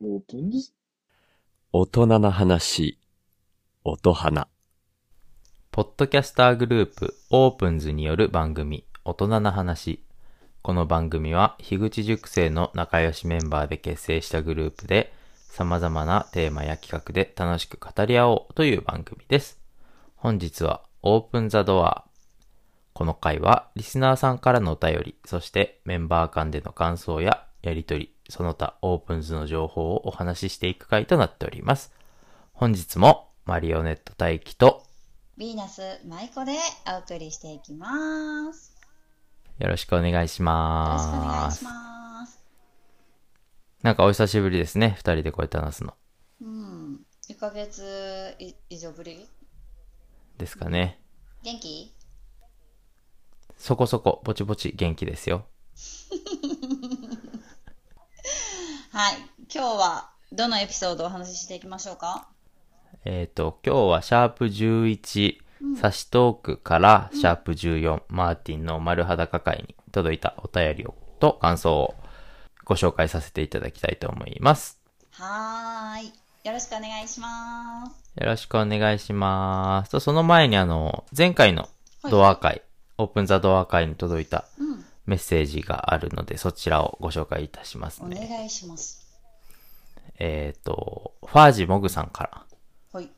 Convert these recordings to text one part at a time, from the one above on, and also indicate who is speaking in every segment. Speaker 1: もう、ブンデス、
Speaker 2: 大人な話、音花。
Speaker 3: ポッドキャスターグループオープンズによる番組大人な話。この番組は樋口塾生の仲良しメンバーで結成したグループで様々なテーマや企画で楽しく語り合おうという番組です。本日はオープンザドア。この回はリスナーさんからのお便り、そしてメンバー間での感想ややりとり、その他オープンズの情報をお話ししていく回となっております。本日もマリオネット大輝と
Speaker 4: ヴィーナス舞子でお送りしていきます。
Speaker 3: よろしくお願いし
Speaker 4: よろしくお願
Speaker 3: ま
Speaker 4: い
Speaker 3: す。
Speaker 4: します。
Speaker 3: なんかお久しぶりですね、二人でこうやって話すの。
Speaker 4: うん、1ヶ月い以上ぶり
Speaker 3: ですかね。
Speaker 4: 元気
Speaker 3: そこそこ、ぼちぼち元気ですよ。
Speaker 4: はい、今日はどのエピソードをお話ししていきましょうか
Speaker 3: えっ、と、今日はシャープ11、
Speaker 4: うん
Speaker 3: サシトークからシャープ14、マーティンの丸裸会に届いたお便りをと感想をご紹介させていただきたいと思います。
Speaker 4: はーい、よろしくお願いします。
Speaker 3: よろしくお願いします。と、その前にあの、前回のドア会、オープンザドア会に届いた
Speaker 4: うん、
Speaker 3: メッセージがあるので、そちらをご紹介いたします
Speaker 4: お
Speaker 3: ね。
Speaker 4: 願いします。
Speaker 3: えっ、と、ファージモグさんから。
Speaker 4: はい、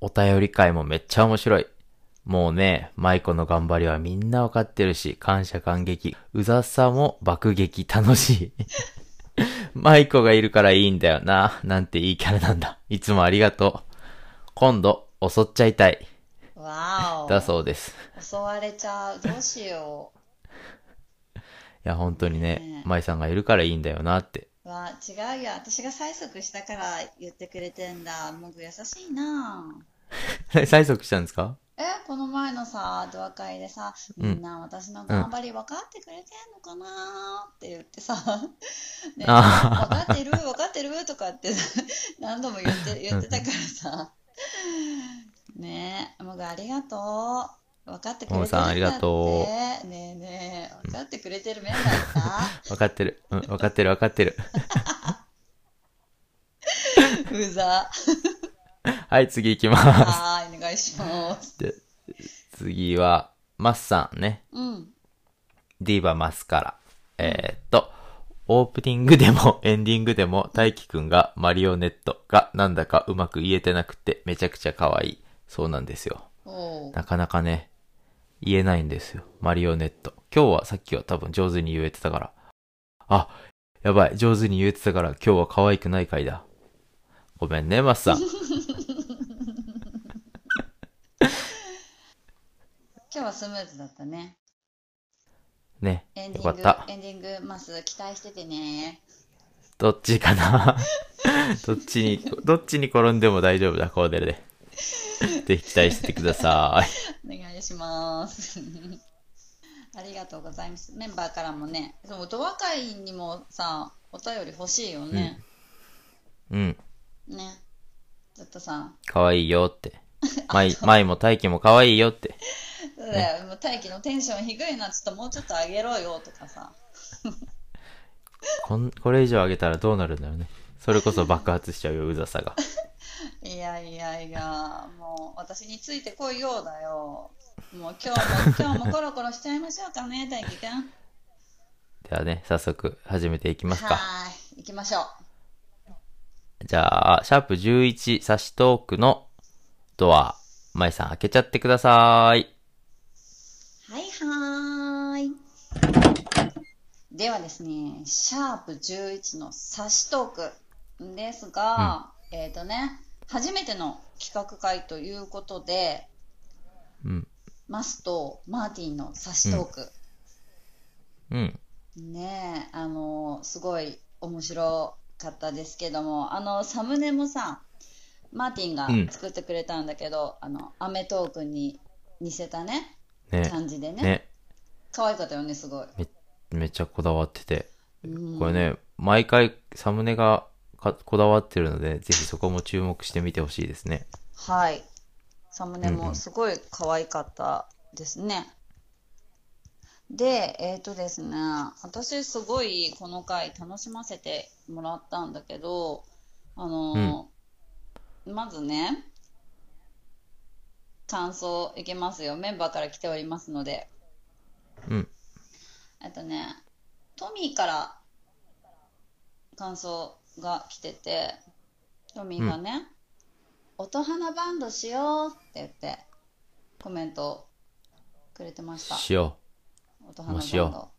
Speaker 3: お便り会もめっちゃ面白い。もうね、舞子の頑張りはみんなわかってるし、感謝感激。うざさも爆撃楽しい。 舞子がいるからいいんだよな。なんていいキャラなんだ。いつもありがとう。今度、襲っちゃいたい。
Speaker 4: わ
Speaker 3: だ
Speaker 4: ー
Speaker 3: そうです。
Speaker 4: お、襲われちゃう、どうしよ
Speaker 3: いや、本当にね
Speaker 4: ね、
Speaker 3: 舞さんがいるからいいんだよなって。
Speaker 4: う。わー違うよ、私が催促したから言ってくれてんだ。もぐ優しいなぁ。
Speaker 3: 催促したんですか
Speaker 4: え、この前のさ、ドア会でさ、
Speaker 3: うん
Speaker 4: みんな私の頑張り分かってくれてんのかなーって言っ てさ、ね、分
Speaker 3: あ
Speaker 4: かってる、分かってるとかって 何度も言って、言ってたからさ、ねえ、もぐありがとう。分かってくれてるんだ
Speaker 3: もぐさんありがと
Speaker 4: って。ねえねえ、分かってくれてるメンバーいた
Speaker 3: わかってる。うん、わかってるわかってる。
Speaker 4: うざ。
Speaker 3: はい、次行きます。
Speaker 4: はーい、お願いします。
Speaker 3: 次は、マスさんね。
Speaker 4: うん。
Speaker 3: ディーバマスから。えーっと、オープニングでも エンディングでも大輝くんがマリオネットがなんだかうまく言えてなくてめちゃくちゃ可愛い。そうなんですよ。
Speaker 4: おう。
Speaker 3: なかなかね、言えないんですよ。マリオネット。今日はさっきは多分上手に言えてたから。あ、やばい。上手に言えてたから今日は可愛くない回だ。ごめんね、マスさん。
Speaker 4: 今日はスムーズだったね。
Speaker 3: ね。
Speaker 4: エンデ
Speaker 3: よ
Speaker 4: ィ
Speaker 3: か
Speaker 4: ン
Speaker 3: っ
Speaker 4: グ、
Speaker 3: た。
Speaker 4: エンディング、マス、期待しててね。
Speaker 3: どっちかな どっちに、どっちに転んでも大丈夫だ、コーデルで。ぜひ期待しててください。
Speaker 4: お願いします。 ありがとうございます。メンバーからもね、そのドア会にもさ、お便り欲しいよね。
Speaker 3: うん。
Speaker 4: ね。ずっとさ、
Speaker 3: 可愛いよって。 舞、舞も大輝も可愛いよって。
Speaker 4: そうだよ、もう大気のテンション低いな、ちょっともうちょっと上げろよとかさ。
Speaker 3: こん、これ以上上げたらどうなるんだろうね。それこそ爆発しちゃうよ、うざさ が。
Speaker 4: いやいやいや、もう私についてこいようだよ。もう今 日も、今日もコロコロしちゃいましょうかね、大輝くん。
Speaker 3: ではね、早速始めていきますか。
Speaker 4: はーい、行きましょう。
Speaker 3: じゃあ、シャープ11、サシトークのドア、舞さん開けちゃってください。
Speaker 4: はいはーい。ではですね、シャープ11の差しトークですが、えっ、とね、初めての企画会ということで、
Speaker 3: うん。
Speaker 4: マスとマーティンの差しトーク。
Speaker 3: うん。
Speaker 4: ねえ、あの、すごい面白かったですけども、あの、サムネもさ、マーティンが
Speaker 3: うん
Speaker 4: 作ってくれたんだけど、あの、アメトークに似せたね、
Speaker 3: ね。
Speaker 4: 感じでね。
Speaker 3: ね。
Speaker 4: 可愛かったよね、すごい。
Speaker 3: めっちゃこだわってて。
Speaker 4: うん
Speaker 3: これね、毎回サムネがかこだわってるので、ぜひそこも注目してみてほしいですね。
Speaker 4: はい。サムネ
Speaker 3: うんうん
Speaker 4: もすごい可愛かったですね。で、えっ、とですね、私すごいこの回楽しませてもらったんだけど、あのーまずね、感想いきますよ。メンバーから来ておりますので。
Speaker 3: うん。
Speaker 4: えっとね、トミーから感想が来てて、トミーがね、音花バンドしようって言って、コメントをくれてました。
Speaker 3: しよ
Speaker 4: 音花バ
Speaker 3: も
Speaker 4: ン
Speaker 3: しよ
Speaker 4: ド。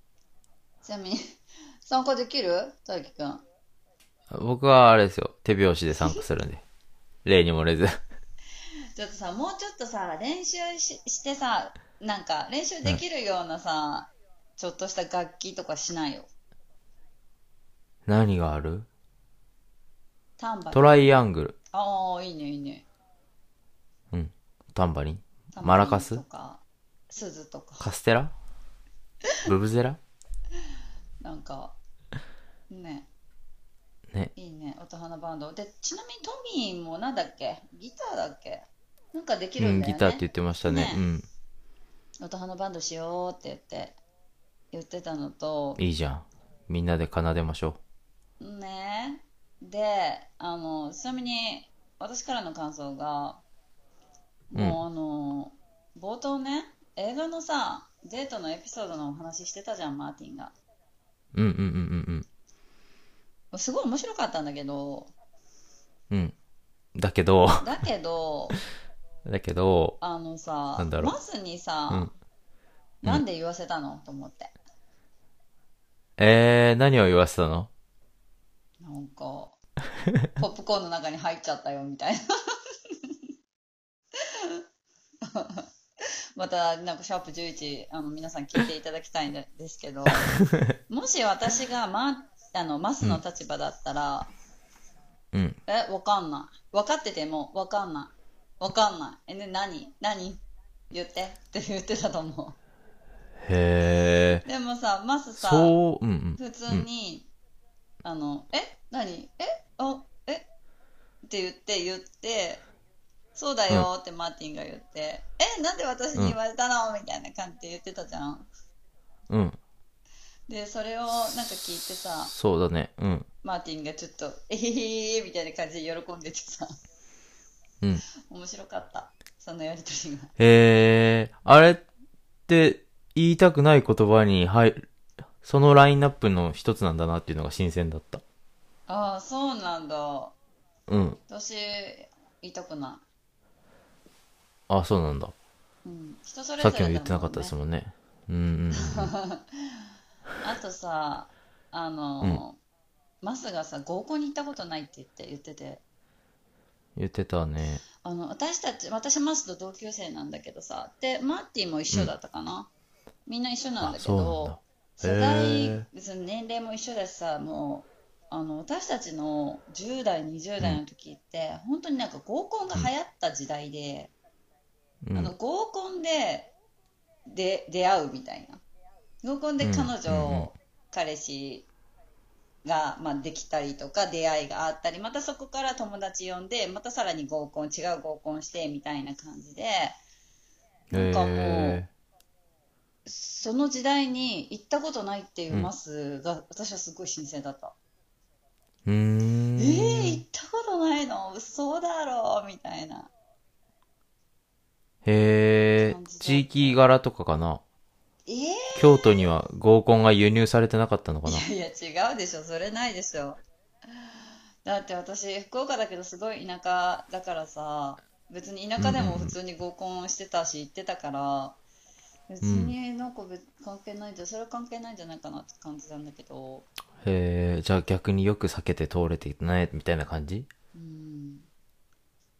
Speaker 4: ちなみに、 参加できる大輝くん。
Speaker 3: う。僕はあれですよ。手拍子で参加するんで。例に漏れず。
Speaker 4: ちょっとさ、もうちょっとさ、練習ししてさ、なんか練習できるようなさ、ちょっとした楽器とかしないよ。
Speaker 3: 何がある
Speaker 4: タンバリ
Speaker 3: ト
Speaker 4: ン。
Speaker 3: ライアングル。
Speaker 4: ああ、いいね、いいね。
Speaker 3: うん。タンバリン。
Speaker 4: タンバ
Speaker 3: マ
Speaker 4: リン
Speaker 3: ラカス
Speaker 4: とか、鈴とか、
Speaker 3: カステラ ブブゼラ
Speaker 4: なんか、ね、
Speaker 3: ね。
Speaker 4: いいね、音花バンド。で、ちなみにトミーもなんだっけギターだっけなんかでき
Speaker 3: う
Speaker 4: るん
Speaker 3: ん、
Speaker 4: だよ
Speaker 3: ギ
Speaker 4: ね。
Speaker 3: ターって言ってましたね。
Speaker 4: ね
Speaker 3: うん。
Speaker 4: 音花バンドしようって言って、言ってたのと、
Speaker 3: いいじゃん。みんなで奏でましょ
Speaker 4: ねであのちなみに私からの感想がもうあの、冒頭ね映画のさデートのエピソードのお話ししてたじゃんマーティンが
Speaker 3: う。うんうんうん
Speaker 4: すごい面白かったんだけど
Speaker 3: うんうん。うん。だけど、
Speaker 4: だけど
Speaker 3: だけど、
Speaker 4: あのさ
Speaker 3: なんだろう
Speaker 4: マスにさ、
Speaker 3: うん
Speaker 4: なんで言わせたのと思って
Speaker 3: えー、何を言わせたの
Speaker 4: なんか ポップコーンの中に入っちゃったよみたいな またなんか「シャープ #11」あの皆さん聞いていただきたいんですけ どもし私が、ま、あのマスの立場だったら、
Speaker 3: うん。
Speaker 4: えわかんない分かっててもわかんないわかんないえ、ね、何何言ってって言ってたと思
Speaker 3: へ
Speaker 4: うでもさマス
Speaker 3: ー。
Speaker 4: さ
Speaker 3: そう、うんうん。
Speaker 4: 普通に、あの、え何えあ、えって言って、言って、そうだよってマーティンが言って、え、なんで私に言われたのみたいな感じで言ってたじゃん。
Speaker 3: うん。うん。
Speaker 4: で、それをなんか聞いてさ、
Speaker 3: そうだね。うん。
Speaker 4: マーティンがちょっと、えへへみたいな感じで喜んでてさ、
Speaker 3: うん。
Speaker 4: 面白かった。そのやりとりが。
Speaker 3: えー、あれって言いたくない言葉に入る、そのラインナップの一つなんだなっていうのが新鮮だった。
Speaker 4: ああ、そうなんだ。
Speaker 3: うん。
Speaker 4: 私、言いたくな
Speaker 3: あ、そうなんだ。
Speaker 4: い。うん、人それ
Speaker 3: さ
Speaker 4: ぞれだもんね。
Speaker 3: っきも言ってなかったですもんね。うんうん
Speaker 4: あとさ、あの、マスがさ、合コンに行ったことないって言って言ってて、
Speaker 3: うん。言ってたね。
Speaker 4: あの、私たち、私マスと同級生なんだけどさ、で、マーティも一緒だったかな。みんな一緒なんだけ
Speaker 3: あ
Speaker 4: ど、
Speaker 3: そう
Speaker 4: 世
Speaker 3: なんだへー
Speaker 4: 代、別に年齢も一緒だしさ、もう、あの、私たちの10代、20代の時って、本当になんか合コンが流行った時代で、
Speaker 3: う
Speaker 4: あ
Speaker 3: ん
Speaker 4: の、合コンで、で、出会うみたいな。合コンで彼女、
Speaker 3: うんうんうん
Speaker 4: 彼氏が、まあ、できたりとか、出会いがあったり、またそこから友達呼んで、またさらに合コン、違う合コンして、みたいな感じで、なんかもう
Speaker 3: へ
Speaker 4: その時代に行ったことないっていう
Speaker 3: うん
Speaker 4: マスが、私はすごい新鮮だった。
Speaker 3: ーうーん。
Speaker 4: えー、行ったことないの嘘だろみたいな。
Speaker 3: へえ
Speaker 4: 感じだっ、た
Speaker 3: 地域柄とかかな。
Speaker 4: えー、い
Speaker 3: 京都には合コンが輸入されてなかったのかな。
Speaker 4: やいや、違うでしょ。それないでしょ。だって私、福岡だけどすごい田舎だからさ、別に田舎でも普通に合コンしてたし、行ってたから、別になんか別関係ないんじゃ、それは関係ないんじゃないかなって感じなんだけど、
Speaker 3: へえ、じゃあ逆によく避けて通れてないみたいな感じ
Speaker 4: うん。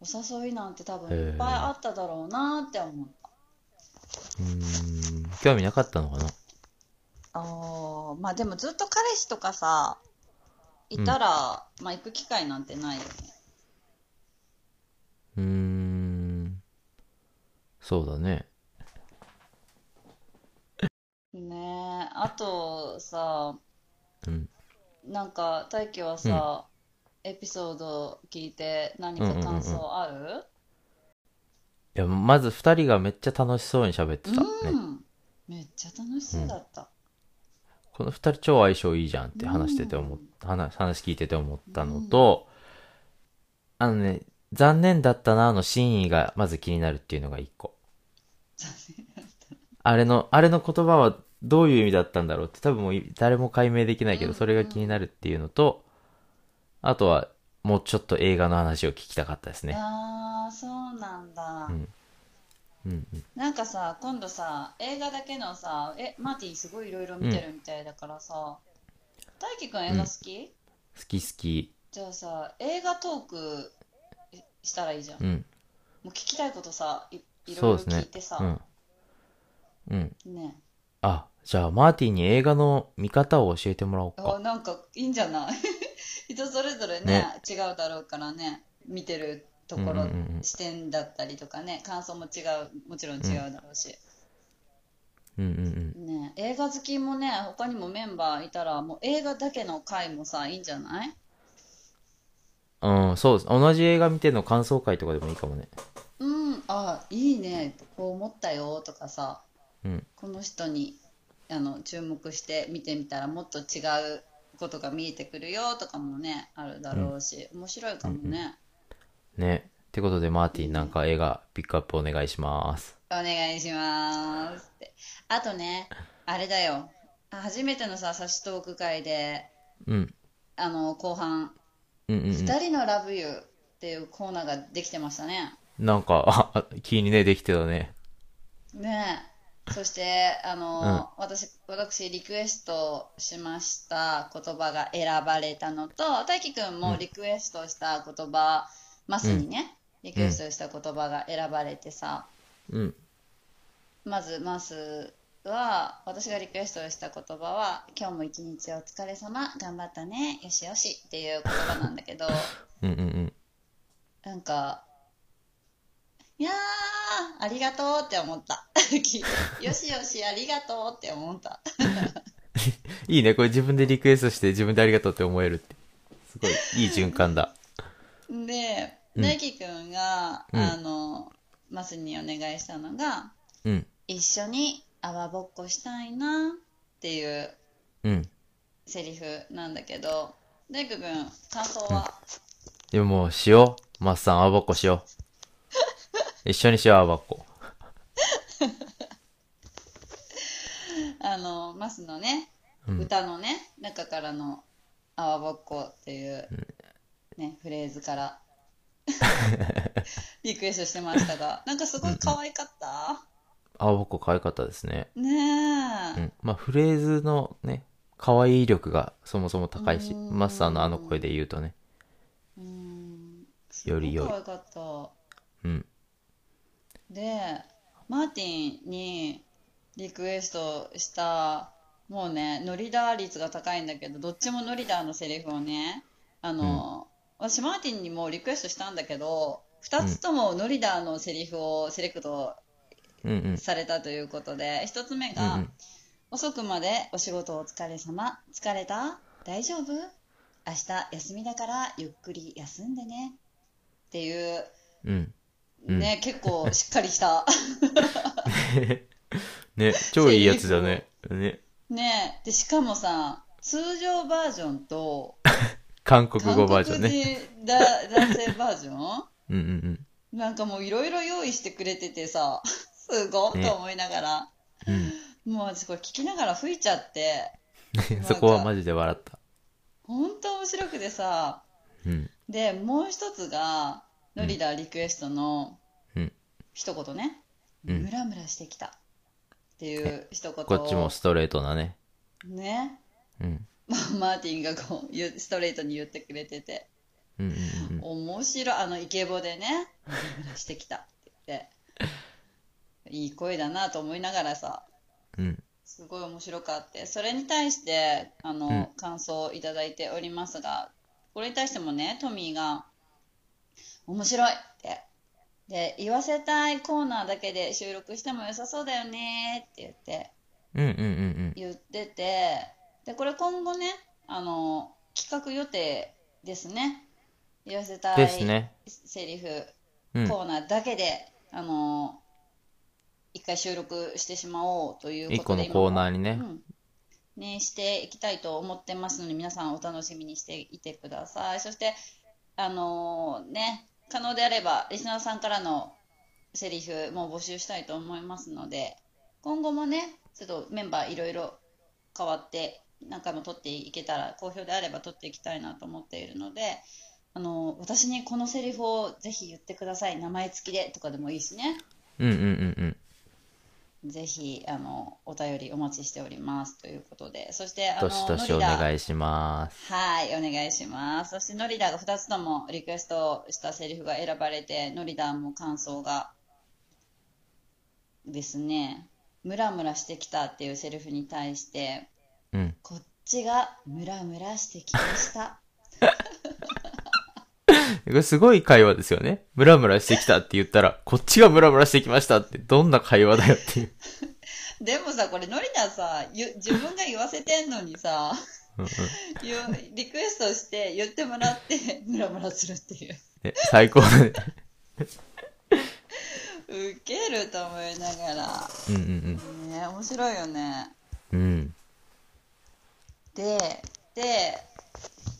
Speaker 4: お誘いなんて多分
Speaker 3: へー
Speaker 4: いっぱいあっただろうなって思った。
Speaker 3: うーん。興味なかったのかな。
Speaker 4: ああ、まあでもずっと彼氏とかさ、いたら、まあ行く機会なんてないよね。
Speaker 3: うーん。そうだね。
Speaker 4: ねえ、あとさ、
Speaker 3: うん。
Speaker 4: なんか大輝はさ、エピソード聞いて何か感想ある
Speaker 3: いや、まず二人がめっちゃ楽しそうに喋ってた。
Speaker 4: う
Speaker 3: ね。
Speaker 4: ん。めっちゃ楽しそうだった。
Speaker 3: この二人超相性いいじゃんって話してて思っ、話、話聞いてて思ったのと、あのね、残念だったなの真意がまず気になるっていうのが一個。
Speaker 4: 残念だった。
Speaker 3: あれの、あれの言葉はどういう意味だったんだろうって多分もう誰も解明できないけど、それが気になるっていうのと、あとはもうちょっと映画の話を聞きたかったですね。
Speaker 4: ああ、そうなんだ。
Speaker 3: うんうんうん。
Speaker 4: なんかさ、今度さ、映画だけのさ、え、マーティンすごいいろいろ見てるみたいだからさ、大輝くん映画好き、
Speaker 3: 好き好き。
Speaker 4: じゃあさ、映画トークしたらいいじゃん。
Speaker 3: う
Speaker 4: も
Speaker 3: ん。
Speaker 4: う聞きたいことさ、いい
Speaker 3: そ
Speaker 4: ろ
Speaker 3: う
Speaker 4: い
Speaker 3: で
Speaker 4: ろ
Speaker 3: すね
Speaker 4: 聞いて
Speaker 3: う
Speaker 4: さ、
Speaker 3: ん。うん。
Speaker 4: ね。
Speaker 3: あ、じゃあマーティンに映画の見方を教えてもらおう
Speaker 4: あ、
Speaker 3: か。
Speaker 4: なんかいいんじゃない 人それぞれね、違うだろうからね、見てるとこ
Speaker 3: う
Speaker 4: ろ
Speaker 3: んうんうん、
Speaker 4: 視点だったりとかね、感想も違う、もちろん違うだろうし。
Speaker 3: うんうんうん。
Speaker 4: ね、映画好きもね、他にもメンバーいたら、もう映画だけの回もさ、いいんじゃない
Speaker 3: うん、そうです。同じ映画見ての感想会とかでもいいかもね。
Speaker 4: うん、あ、いいね、こう思ったよとかさ、
Speaker 3: うん
Speaker 4: この人にあの注目して見てみたらもっと違うことが見えてくるよとかもね、あるだろうし、面白いかもね。
Speaker 3: ね。ってことで、マーティンなんか映画ピックアップお願いします。
Speaker 4: お願いしますって。あとね、あれだよ、あ初めてのさ、サシトーク会で、
Speaker 3: うん。
Speaker 4: あの後半、
Speaker 3: うんうん、うん
Speaker 4: 二。人のラブユーっていうコーナーができてましたね。
Speaker 3: なんか、 あ、あ気にね、できてたね。
Speaker 4: ねえ、そして、あの、私、私、リクエストしました言葉が選ばれたのと、大輝くんもリクエストした言葉、マスにね、リクエストした言葉が選ばれてさ、
Speaker 3: うん。
Speaker 4: まずマスは、私がリクエストした言葉は、今日も一日お疲れ様、頑張ったね、よしよしっていう言葉なんだけど、
Speaker 3: うんうんうん。
Speaker 4: なんか、いやー、ありがとうって思った。 きよしよし、ありがとうって思った。
Speaker 3: いいね、これ自分でリクエストして自分でありがとうって思えるって。すごい、いい循環だ。
Speaker 4: で、
Speaker 3: うん
Speaker 4: 大輝くんが、
Speaker 3: うん
Speaker 4: あの、マスにお願いしたのが、
Speaker 3: うん。
Speaker 4: 一緒に泡ぼっこしたいなっていう
Speaker 3: うん。
Speaker 4: セリフなんだけど、大輝くん、感想は、
Speaker 3: でももう、しよう。マッさん、あばっこしよう。一緒にしよう、あばっこ。
Speaker 4: あの、マスのね、
Speaker 3: うん
Speaker 4: 歌のね、中からの泡ぼっこっていう、ね、フレーズから リクエストしてましたが、なんかすごい可愛かった。
Speaker 3: あばっこ可愛かったですね。
Speaker 4: ね
Speaker 3: う
Speaker 4: え。
Speaker 3: ん。まあ、フレーズのね、可愛い力がそもそも高いし、
Speaker 4: うん
Speaker 3: マッさんのあの声で言うとね。
Speaker 4: うん。す
Speaker 3: よ
Speaker 4: ご
Speaker 3: り
Speaker 4: い
Speaker 3: 良い
Speaker 4: 可愛かった。
Speaker 3: うん。
Speaker 4: で、マーティンにリクエストした、もうね、ノリダー率が高いんだけど、どっちもノリダーのセリフをね、あの、私マーティンにもリクエストしたんだけど、二つともノリダーのセリフをセレクト
Speaker 3: うんうん。
Speaker 4: されたということで、一つ
Speaker 3: う
Speaker 4: 目
Speaker 3: んう
Speaker 4: が
Speaker 3: ん、
Speaker 4: 遅くまでお仕事お疲れ様、疲れた大丈夫明日休みだからゆっくり休んでね。っていう、
Speaker 3: うん。
Speaker 4: ね、結構しっかりした。
Speaker 3: ね、超いいやつだね。ね。
Speaker 4: ねえ、で、しかもさ、通常バージョンと、
Speaker 3: 韓国
Speaker 4: 韓
Speaker 3: 語
Speaker 4: 国
Speaker 3: バージョンね。
Speaker 4: 人だ男性バージョン
Speaker 3: うんうん
Speaker 4: なんかもういろいろ用意してくれててさ、 すごい
Speaker 3: ね
Speaker 4: と思いながら、
Speaker 3: うん。うん。
Speaker 4: もう私これ聞きながら吹いちゃって、ん
Speaker 3: そこはマジで笑った。
Speaker 4: ほんと面白くてさ、
Speaker 3: うん。
Speaker 4: で、もう一つが、ノリダーリクエストの
Speaker 3: うん、
Speaker 4: 一言ね、
Speaker 3: うん
Speaker 4: ムラムラしてきたっていう一言を、
Speaker 3: こっちもストレートなね。
Speaker 4: ね、
Speaker 3: うん。
Speaker 4: マーティンがこう言う、ストレートに言ってくれてて、
Speaker 3: うんうん
Speaker 4: 面白いあのイケボでねムラムラしてきたって言っていい声だなと思いながらさ
Speaker 3: うん。うん。
Speaker 4: すごい面白かってそれに対してあの、
Speaker 3: うん
Speaker 4: 感想をいただいておりますがこれに対してもねトミーが「面白い」ってで言わせたいコーナーだけで収録しても良さそうだよねって言って
Speaker 3: うんうんうん
Speaker 4: 言っててでこれ今後ねあの企画予定ですね言わせた
Speaker 3: うん。
Speaker 4: い
Speaker 3: ですね。
Speaker 4: セリフ
Speaker 3: うん。
Speaker 4: コーナーだけで、あの一回収録してしまおうということで
Speaker 3: 一個のコーナーに
Speaker 4: う
Speaker 3: ね。
Speaker 4: ん、ね、していきたいと思ってますので、皆さんお楽しみにしていてください。そして、あのーね、可能であれば、リスナーさんからのセリフも募集したいと思いますので、今後もね、ちょっとメンバーいろいろ変わって、何回も撮っていけたら、好評であれば撮っていきたいなと思っているので、あのー私にこのセリフをぜひ言ってください。名前付きでとかでもいいしね。
Speaker 3: うんうんうんうん。
Speaker 4: ぜひ、あの、お便りお待ちしております。ということで。そして、あの、
Speaker 3: どしどし
Speaker 4: ノ
Speaker 3: お
Speaker 4: リダ
Speaker 3: 願いします。
Speaker 4: はい、お願いします。そして、ノリダが2つともリクエストしたセリフが選ばれて、ノリダも感想がですね、ムラムラしてきたっていうセリフに対して、
Speaker 3: うん。
Speaker 4: こっちがムラムラしてきました。
Speaker 3: これすごい会話ですよね。ムラムラしてきたって言ったら、こっちがムラムラしてきましたって、どんな会話だよっていう。
Speaker 4: でもさ、これノリダさ、ゆ自分が言わせてんのにさ、
Speaker 3: うんうん
Speaker 4: 言うリクエストして言ってもらって、ムラムラするっていう。
Speaker 3: ね、最高だね。
Speaker 4: ウケると思いながら。
Speaker 3: うんうん
Speaker 4: ね面白いよね。
Speaker 3: うん。うん。
Speaker 4: で、で、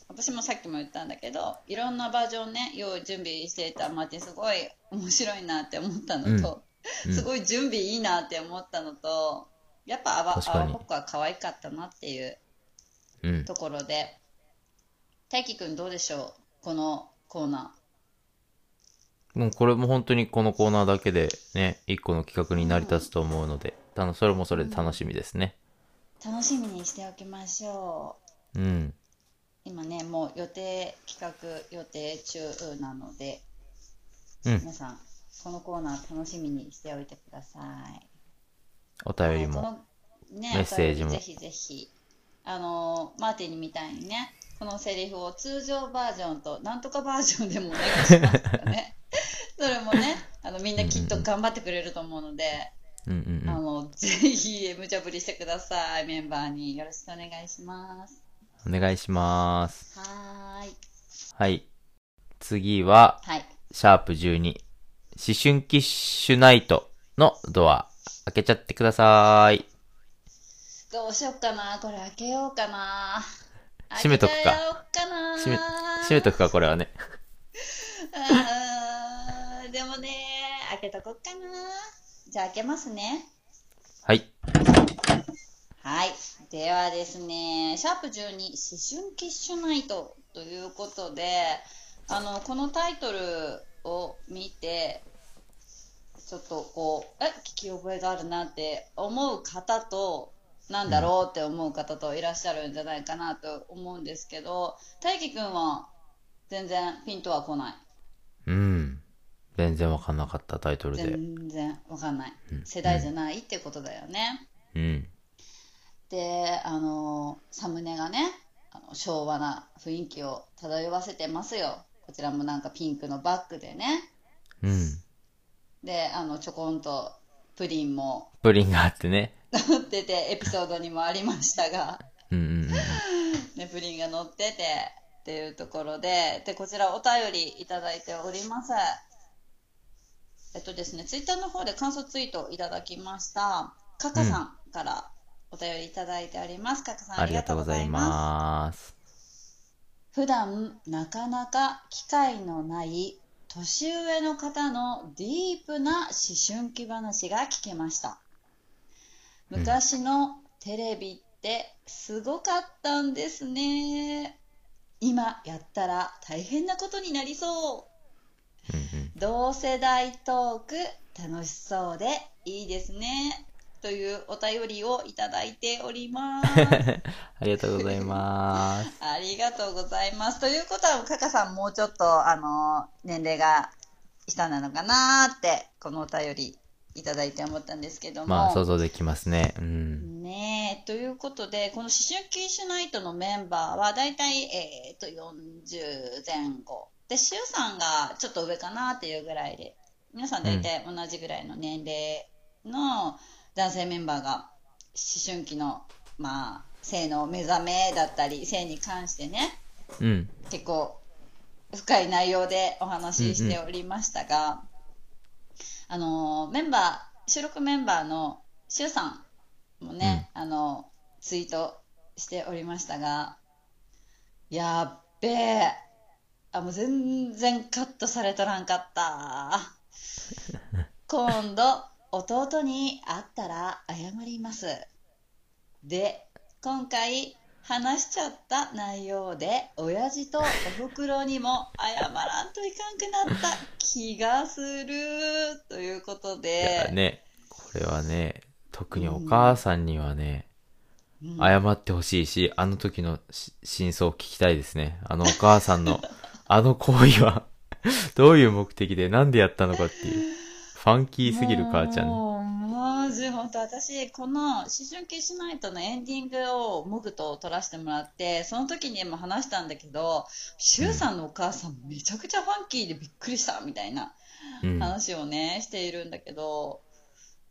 Speaker 4: 私もさっきも言ったんだけど、いろんなバージョンね、用意準備していたマーティン、すごい面白いなって思ったのと、
Speaker 3: うんうん
Speaker 4: すごい準備いいなって思ったのと、やっぱアワ
Speaker 3: 確かに
Speaker 4: アワポッコは可愛かったなっていう
Speaker 3: うん。
Speaker 4: ところで、大輝くんどうでしょうこのコーナ
Speaker 3: もうこれも本当にこのコーナーだけでね、一個の企画に成り立つと思うので、たのそれもそれで楽しみですね。
Speaker 4: ー。楽しみにしておきましょう。
Speaker 3: うん。
Speaker 4: 今ね、もう予定、企画予定中なので、
Speaker 3: うん。
Speaker 4: 皆さん、このコーナー楽しみにしておいてください。
Speaker 3: お便りも。
Speaker 4: このね
Speaker 3: メッセージも
Speaker 4: ぜひぜひ、あのーマーティンみたいにね、このセリフを通常バージョンとなんとかバージョンでもお願いしますから ね。それもね、あのみんなきっと頑張ってくれると思うので、
Speaker 3: うんうん
Speaker 4: あのぜひ無茶ぶりしてください。メンバーによろしくお願いします。
Speaker 3: うん。お願いします。
Speaker 4: はーい。
Speaker 3: はい。次は、
Speaker 4: はい。
Speaker 3: シャープ12、思春期シュナイトのドア、開けちゃってください。
Speaker 4: どうしよっかな。これ開けようかな。
Speaker 3: 閉めとくか
Speaker 4: 開けちゃおっかな。
Speaker 3: 閉め、閉めとくか、これはね。
Speaker 4: あーでもね、開けとこっかな。じゃあ開けますね。
Speaker 3: はい。
Speaker 4: はい。ではですね、シャープ12、思春期シュナイトということで、あの、このタイトルを見て、ちょっとこう、え、聞き覚えがあるなって思う方と、なんだろうって思う方といらっしゃるんじゃないかなと思うんですけど、大輝くんは全然ピンとは来ない。
Speaker 3: うん。全然わかんなかったタイトルで。
Speaker 4: 全然わかんない
Speaker 3: うん
Speaker 4: 世代じゃないってことだよね、
Speaker 3: うん。
Speaker 4: であのサムネがねあの昭和な雰囲気を漂わせてますよこちらもなんかピンクのバッグでね
Speaker 3: うん。
Speaker 4: であのちょこんとプリンも
Speaker 3: プリンがあってね。
Speaker 4: 乗っててエピソードにもありましたが、
Speaker 3: うんうん
Speaker 4: ね、プリンが乗っててっていうところででこちらお便りいただいておりますえっとですね、ツイッターの方で感想ツイートいただきました。カカさんからお便りいただいております。カカさん、
Speaker 3: ありがとうございます。
Speaker 4: す。普段、なかなか機会のない年上の方のディープな思春期話が聞けました。
Speaker 3: うん
Speaker 4: 昔のテレビってすごかったんですね。今やったら大変なことになりそう。
Speaker 3: うんうん。
Speaker 4: 同世代トーク楽しそうでいいですねというお便りをいただいております。
Speaker 3: ありがとうございます。
Speaker 4: ありがとうございます。ということは、カカさんもうちょっと、あの、年齢が下なのかなーって、このお便りいただいて思ったんですけども。
Speaker 3: まあ、想像できますね。うん。
Speaker 4: ねえ、ということで、この思春期シュナイトのメンバーは、だいたい、えー、と、40前後。で、シュウさんがちょっと上かなっていうぐらいで、皆さん大体同じぐらいの年齢の男性メンバーが、思春期の、まあ、性の目覚めだったり、性に関してね、
Speaker 3: うん。
Speaker 4: 結構深い内容でお話ししておりましたが、あのメンバ収録メンバーのシュウさんもね、あの、ツイートしておりましたが、やっべえ。あ、もう全然カットされとらん かった。今度、弟に会ったら謝ります。で、今回、話しちゃった内容で、親父とお袋にも謝らんといかんくなった気がする、ということ
Speaker 3: いや
Speaker 4: で、
Speaker 3: ね、これはね、特にお母さんにはね、謝ってほしいし、あの時のし真相を聞きたいですね。あのお母さ んの、あの行為は、 どういう目的で、なんでやったのかっていう。ファンキーすぎる母ちゃんね。
Speaker 4: もう、マジ、本当私、この、思春期しないとのエンディングを、モグと撮らせてもらって、その時にも話したんだけど、シュウさんのお母さん、めちゃくちゃファンキーでびっくりした、みたいな
Speaker 3: うん。
Speaker 4: 話をね、しているんだけど、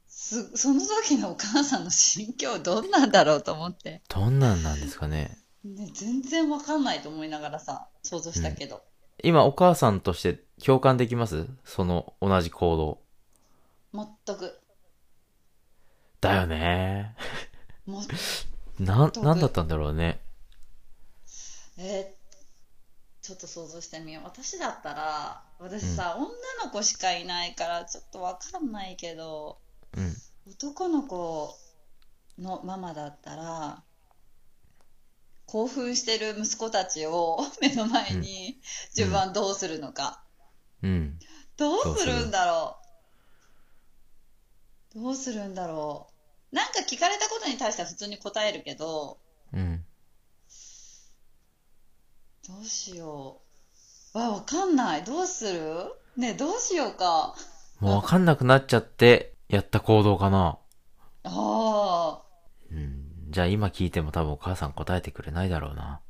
Speaker 4: す、その時のお母さんの心境、どんなんだろうと思って。
Speaker 3: どんなんなんですかね。
Speaker 4: ね、全然わかんないと思いながらさ、想像したけど。
Speaker 3: 今、お母さんとして共感できますその同じ行動。
Speaker 4: 全く、
Speaker 3: だよね。
Speaker 4: もう
Speaker 3: な、
Speaker 4: 得
Speaker 3: なんだったんだろうね。
Speaker 4: えーちょっと想像してみよう。私だったら、私さ、女の子しかいないから、ちょっとわかんないけど、
Speaker 3: うん。
Speaker 4: 男の子のママだったら、興奮してる息子たちを 目の前に、自分はどうするのか。
Speaker 3: うん。
Speaker 4: どうするんだろう。どうするんだろう。なんか聞かれたことに対しては普通に答えるけど、
Speaker 3: うん。
Speaker 4: どうしよう。わ、わかんない。どうするねえ、どうしようか。
Speaker 3: もうわかんなくなっちゃって、やった行動かな。
Speaker 4: ああ。
Speaker 3: うん。じゃあ今聞いても多分お母さん答えてくれないだろうな。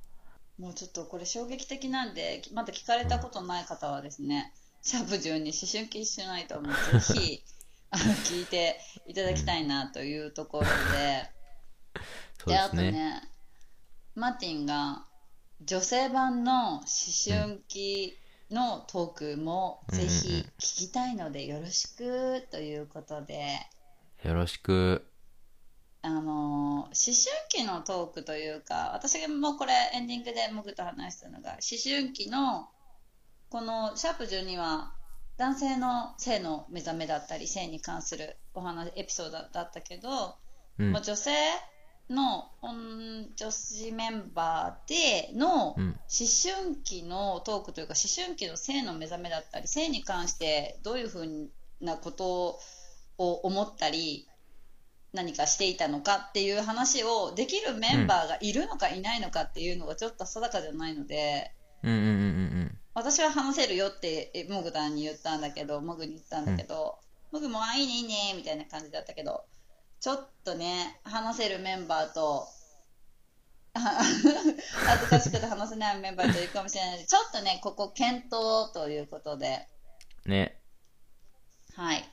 Speaker 4: もうちょっとこれ衝撃的なんで、きまだ聞かれたことない方はですね、シャープ12思春期しないともうぜ ひ、あの、聞いていただきたいなというところで、
Speaker 3: そうです
Speaker 4: あと
Speaker 3: ね。
Speaker 4: ね、マーティンが女性版の思春期のトークも
Speaker 3: うん
Speaker 4: ぜ
Speaker 3: うん
Speaker 4: ひ
Speaker 3: うん
Speaker 4: 聞きたいのでよろしくということで、
Speaker 3: よろしく。
Speaker 4: あのー思春期のトークというか私がもうこれエンディングでモグと話したのが思春期のこの「シャープ #12」は男性の性の目覚めだったり性に関するお話エピソードだったけど、
Speaker 3: うん
Speaker 4: まあ、。女性のうん女子メンバーでの
Speaker 3: うん。
Speaker 4: 思春期のトークというか思春期の性の目覚めだったり性に関してどういうふうなことを思ったり何かしていたのかっていう話をできるメンバーがいるのかいないのかっていうのがちょっと定かじゃないので
Speaker 3: うんうんうんうん
Speaker 4: 私は話せるよってえモグダンに言ったんだけどモグに言ったんだけど、モグもあいいねいいねみたいな感じだったけどちょっとね話せるメンバーとあ 恥ずかしくて話せないメンバーといるかもしれないのでちょっとねここ検討ということで
Speaker 3: うん。ね。
Speaker 4: はい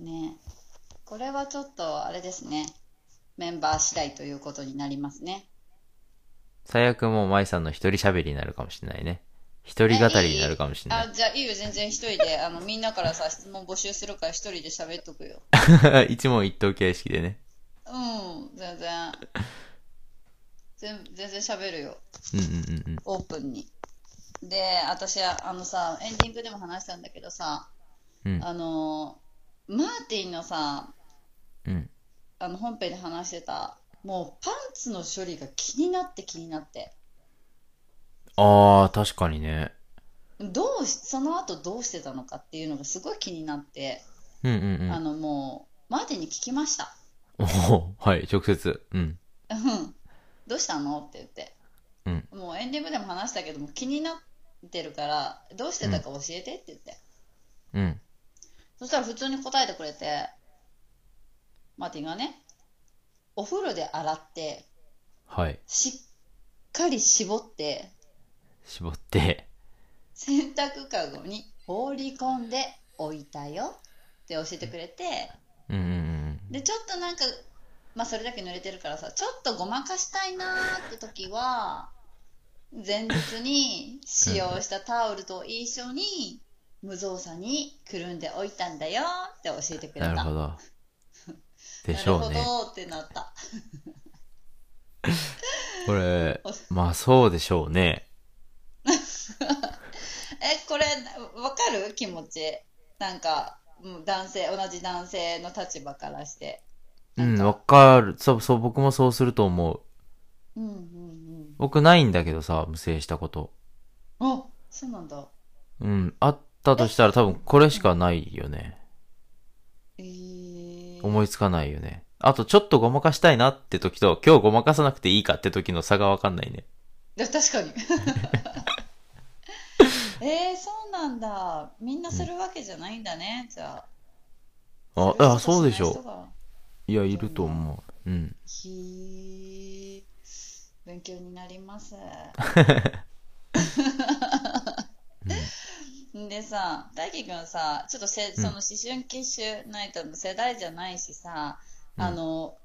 Speaker 4: ねこれはちょっとあれですねメンバー次第ということになりますね
Speaker 3: 最悪もう舞さんの一人喋りになるかもしれないね。一人語りになるかもしれな
Speaker 4: あじゃあいいよ全然一人であのみんなからさ質問募集するから一人で喋っとくよ
Speaker 3: い。 一問一答形式でね。
Speaker 4: うん、全然。全全然喋るよ、
Speaker 3: うんうんうんうん。
Speaker 4: オープンに。で、私は、あのさ、エンディングでも話したんだけどさ、
Speaker 3: うん
Speaker 4: あのー、マーティンのさ、
Speaker 3: うん。
Speaker 4: あの、本編で話してた、もうパンツの処理が気になって気になって。
Speaker 3: ああ、確かにね。
Speaker 4: どうし、その後どうしてたのかっていうのがすごい気になって、
Speaker 3: うんうんうん。
Speaker 4: あの、もう、マーティンに聞きました。
Speaker 3: おおはい、直接。うん。
Speaker 4: うんどうしたのって言って、
Speaker 3: うん
Speaker 4: もうエンディングでも話したけども気になってるからどうしてたか教えてって言って、
Speaker 3: うん。
Speaker 4: そしたら普通に答えてくれてマーティンがねお風呂で洗って
Speaker 3: はい。
Speaker 4: しっかり絞って
Speaker 3: 絞って。
Speaker 4: 洗濯かごに放り込んでおいたよって教えてくれて
Speaker 3: うんうんうん
Speaker 4: でちょっとなんかまあそれだけ濡れてるからさちょっとごまかしたいなーって時は前日に使用したタオルと一緒に無造作にくるんでおいたんだよって教えてくれた。
Speaker 3: なるほ ど。でし
Speaker 4: なる
Speaker 3: ょ
Speaker 4: ほ
Speaker 3: うね。
Speaker 4: どってなった。
Speaker 3: これ、まあそうでしょうね。
Speaker 4: え、これ、わかる気持ち。なんか、うん男性、同じ男性の立場からして。
Speaker 3: う
Speaker 4: なん
Speaker 3: ん、
Speaker 4: か
Speaker 3: わかる。そう、そう、僕もそうすると思う。
Speaker 4: うんうん
Speaker 3: 僕ないんだけどさ、無制したこと。
Speaker 4: うん。あ、そうなんだ。
Speaker 3: うん、あったとしたら多分これしかないよね。
Speaker 4: えー、
Speaker 3: 思いつかないよね。あとちょっとごまかしたいなって時と、今日ごまかさなくていいかって時の差がわかんないね。
Speaker 4: いや確かに。 えー、そうなんだ。みんなするわけじゃないんだね、じゃあ。
Speaker 3: あ
Speaker 4: す、る
Speaker 3: あ、そ
Speaker 4: 人
Speaker 3: うでし
Speaker 4: ない人
Speaker 3: ょ
Speaker 4: が
Speaker 3: う。いや、いると思う。うん。
Speaker 4: ひー勉強になり ます。でさ、大輝くんさ、ちょっとせ、その思春期シュナイトの世代じゃないしさ、
Speaker 3: うん
Speaker 4: あの、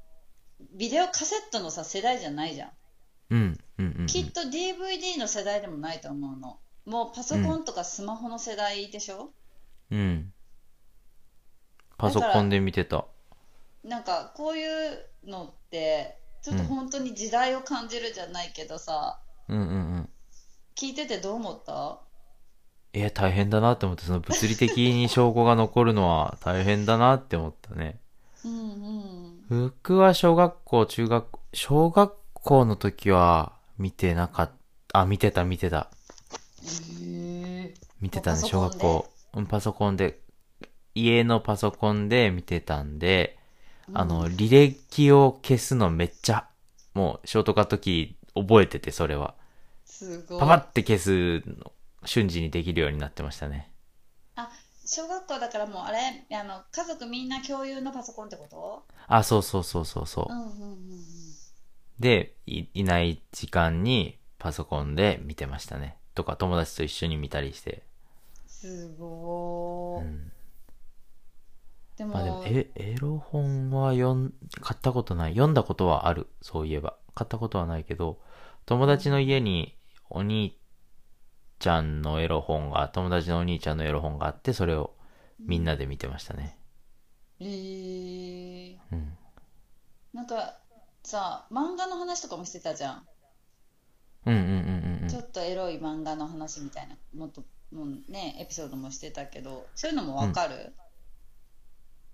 Speaker 4: ビデオカセットのさ、世代じゃないじゃん。
Speaker 3: うん、うん、うん。
Speaker 4: きっと DVD の世代でもないと思うの。もうパソコンとかスマホの世代でしょ、
Speaker 3: うん。パソコンで見てた。
Speaker 4: なんかこういうのって、ちょっと本当に時代を感じるじゃないけどさ、
Speaker 3: うん、うん、うん。
Speaker 4: 聞いててどう思った
Speaker 3: いや、大変だなって思って、その物理的に証拠が残るのは大変だなって思ったね。
Speaker 4: うんうん。
Speaker 3: 僕は小学校、中学校、小学校の時は見てなかった。あ、見てた、見てた。
Speaker 4: へえ。
Speaker 3: 見てたね、
Speaker 4: パ
Speaker 3: 小
Speaker 4: ソコン
Speaker 3: 学校。うんパソコンで。家のパソコンで見てたんで、あの、履歴を消すのめっちゃ、もう、ショートカットキー覚えてて、それは。
Speaker 4: すごい
Speaker 3: パ。パって消すの、瞬時にできるようになってましたね。
Speaker 4: 小学校だからもうあれ、あの、家族みんな共有のパソコンってこと
Speaker 3: あ、そうそうそうそうそうう。
Speaker 4: んうんうんうん。
Speaker 3: で、い、いない時間にパソコンで見てましたね。とか、友達と一緒に見たりして。
Speaker 4: すご
Speaker 3: う
Speaker 4: ーい。
Speaker 3: ん。
Speaker 4: で
Speaker 3: まあでも
Speaker 4: も、、
Speaker 3: え、エロ本は読ん、買ったことない。読んだことはある。そういえば。買ったことはないけど、友達の家にお兄ちゃんのエロ本が、友達のお兄ちゃんのエロ本があって、それをみんなで見てましたね。
Speaker 4: えー、
Speaker 3: うん。
Speaker 4: なんかさ、漫画の話とかもしてたじゃん。
Speaker 3: うんうんうんうん
Speaker 4: ちょっとエロい漫画の話みたいな、もっと、もうね、エピソードもしてたけど、そういうのもわかる、
Speaker 3: うん。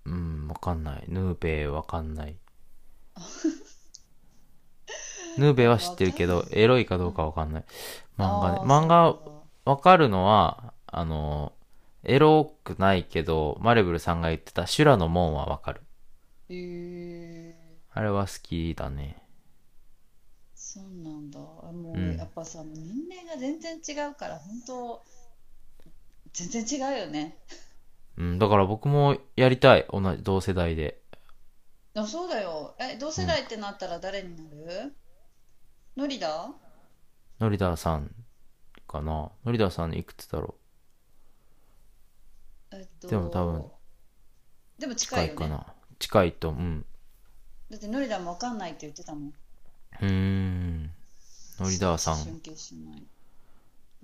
Speaker 3: うん、わかんない。ヌーベイわかん ない。ヌーベイは知ってるけど、エロいかどうかわかんない。漫画ね。
Speaker 4: あー
Speaker 3: 漫画
Speaker 4: そうなんだ
Speaker 3: わかるのは、あの、エロくないけど、マレブルさんが言ってた修羅の門はわかる。
Speaker 4: へえー。
Speaker 3: あれは好きだね。
Speaker 4: そうなんだ。あも
Speaker 3: う
Speaker 4: う、
Speaker 3: ん
Speaker 4: やっぱさ、年齢が全然違うから、本当、全然違うよね。
Speaker 3: うん、だから僕もやりたい。同じ、同世代で。
Speaker 4: あ、そうだよ。え、同世代ってなったら誰になるノリだ
Speaker 3: ノリダーさんかな。ノリダーさんいくつだろ
Speaker 4: えっと、
Speaker 3: でも多分
Speaker 4: でも
Speaker 3: う
Speaker 4: 近
Speaker 3: 近
Speaker 4: い
Speaker 3: い
Speaker 4: よ
Speaker 3: か
Speaker 4: ね。
Speaker 3: な。近いと、うん。
Speaker 4: だってノリだもわかんないって言ってたもん。
Speaker 3: うーん。ノリダーさん。
Speaker 4: 尊敬しない。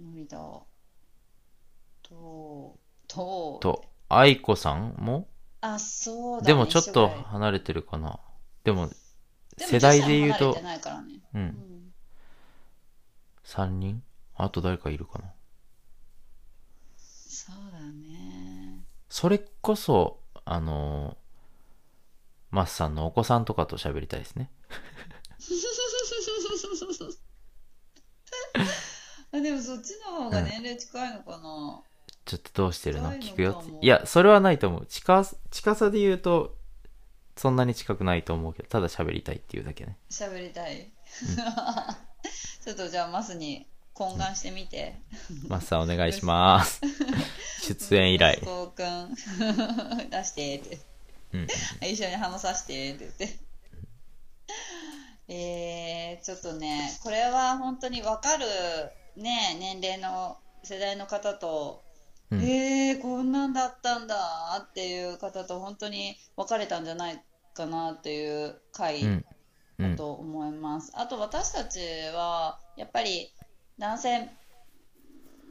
Speaker 4: ノリだ。と、と、
Speaker 3: と、愛子さんも
Speaker 4: あ、そうだ
Speaker 3: で
Speaker 4: ね、
Speaker 3: もちょっ
Speaker 4: 一緒ぐ
Speaker 3: と
Speaker 4: らい
Speaker 3: 離れてるかな。でも、
Speaker 4: でも
Speaker 3: 世代で言う
Speaker 4: 女子は離れ
Speaker 3: と
Speaker 4: て、ないからね。
Speaker 3: う、
Speaker 4: うんん。
Speaker 3: 3人あと誰かいるかな。
Speaker 4: そうだね。
Speaker 3: それこそ、あのー、マスさんのお子さんとかと喋りたいですね。
Speaker 4: あでもそっちの方が年齢近いのかな。
Speaker 3: ちょっとどうしてるの
Speaker 4: ないのか
Speaker 3: 聞くよっ
Speaker 4: も
Speaker 3: て。いや、それはないと思う。近す、近さで言うと、そんなに近くないと思うけど、ただ喋りたいっていうだけね。
Speaker 4: 喋、りたい。ちょっとじゃあマスに懇願してみて。
Speaker 3: マスさんお願いし ます。出演以来
Speaker 4: 息。子くん 出してって。
Speaker 3: うん。
Speaker 4: 一緒に話させてって言って。 えー、ちょっとね、これは本当にわかる、ね、年齢の世代の方と、
Speaker 3: うん
Speaker 4: えー、こんなんだったんだっていう方と本当に別れたんじゃないかなっていう回
Speaker 3: うん。う
Speaker 4: だ
Speaker 3: ん。
Speaker 4: と思います。あと私たちはやっぱり男性、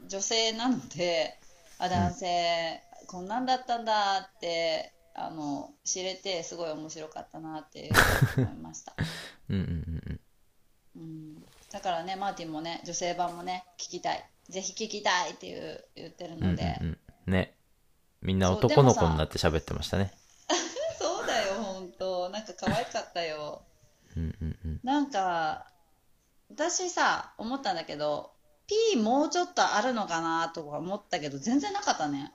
Speaker 4: 女性なので、あ、男性、こんなんだったんだって、あの、知れて、すごい面白かったなって思いました。
Speaker 3: うんうんうんうん。
Speaker 4: うん、だからね、マーティンもね、女性版もね、聞きたい。ぜひ聞きたいっていう言ってる
Speaker 3: うんう
Speaker 4: の
Speaker 3: ん
Speaker 4: で。
Speaker 3: うん、ね。みんな
Speaker 4: そう
Speaker 3: 男の子
Speaker 4: でもさ
Speaker 3: になって喋ってましたね。
Speaker 4: そうだよ、ほんと。なんか可愛かったよ。
Speaker 3: うんうんうん。
Speaker 4: なんか、私さ、思ったんだけど、P もうちょっとあるのかなとか思ったけど、全然なかったね。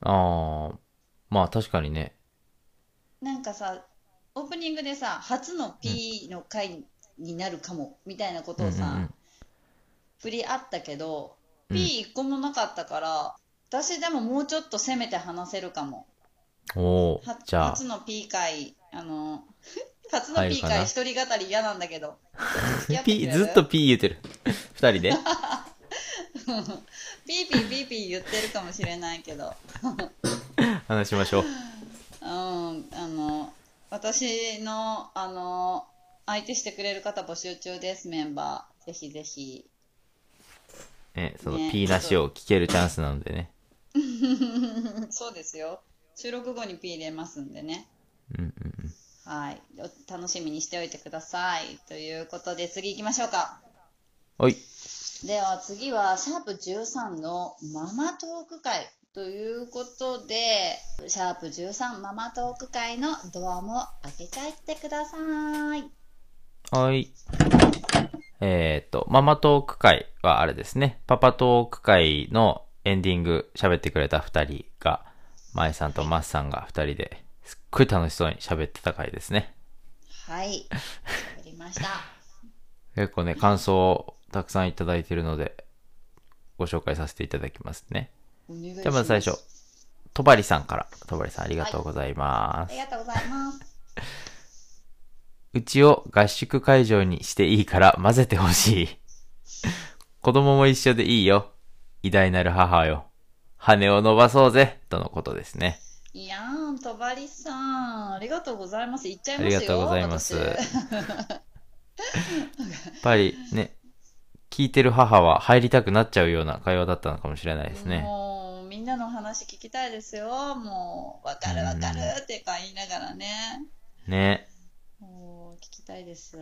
Speaker 3: ああ、まあ確かにね。
Speaker 4: なんかさ、オープニングでさ、初の P の回になるかも、みたいなことを
Speaker 3: うんうんう
Speaker 4: さ
Speaker 3: ん、
Speaker 4: 振り合ったけど、
Speaker 3: うん
Speaker 4: P 一個もなかったから、私でももうちょっと攻めて話せるかも。
Speaker 3: おお
Speaker 4: は、
Speaker 3: じゃあ
Speaker 4: 初、の P 会、あの、 初の
Speaker 3: 入る
Speaker 4: P
Speaker 3: かな
Speaker 4: 会一人語り嫌なんだ けど。ちょっと付き合
Speaker 3: P、
Speaker 4: てくれる
Speaker 3: ずっと P 言ってる。 二人で。
Speaker 4: ピーピーピーピー言ってるかもしれないけど、うん、
Speaker 3: 話しましょう。
Speaker 4: あの、私の、あの、相手してくれる方募集中です、メンバー。ぜひぜひ。
Speaker 3: ね、その
Speaker 4: ね
Speaker 3: P なしを聞けるチャンスなのでね。
Speaker 4: そうですよ。収録後にピー入れますんでね。
Speaker 3: うんうんうん。
Speaker 4: はい。お楽しみにしておいてください。ということで、次行きましょうか。
Speaker 3: おい。
Speaker 4: では次は、シャープ13のママトーク会ということで、シャープ13ママトーク会のドアも開けちゃってください。
Speaker 3: はい。えっ、と、ママトーク会はあれですね。パパトーク会のエンディング喋ってくれた二人が、まえさんとまっさんが二人ですっごい楽しそうに喋ってた回ですね。
Speaker 4: はい。わかりました。
Speaker 3: 結構ね、感想をたくさんいただいているので、ご紹介させていただきますね。
Speaker 4: お願い
Speaker 3: じ
Speaker 4: し
Speaker 3: ゃあまず最初、とばりさんから。とばりさんありがとうございま
Speaker 4: あ
Speaker 3: す。
Speaker 4: りがとうございます。
Speaker 3: うちを合宿会場にしていいから混ぜてほしい。子供も一緒でいいよ。偉大なる母よ。羽を伸ばそうぜ。とのことですね。
Speaker 4: いやーん、とばりさん。ありがとうございます。行っちゃい
Speaker 3: あ
Speaker 4: ます
Speaker 3: り
Speaker 4: よ。
Speaker 3: がとうございます。やっ
Speaker 4: 私
Speaker 3: ぱりね、聞いてる母は入りたくなっちゃうような会話だったのかもしれないですね。
Speaker 4: もう、みんなの話聞きたいですよ。もう、わかるわかるってか言いながらね。
Speaker 3: ね。
Speaker 4: もう、聞きたいです。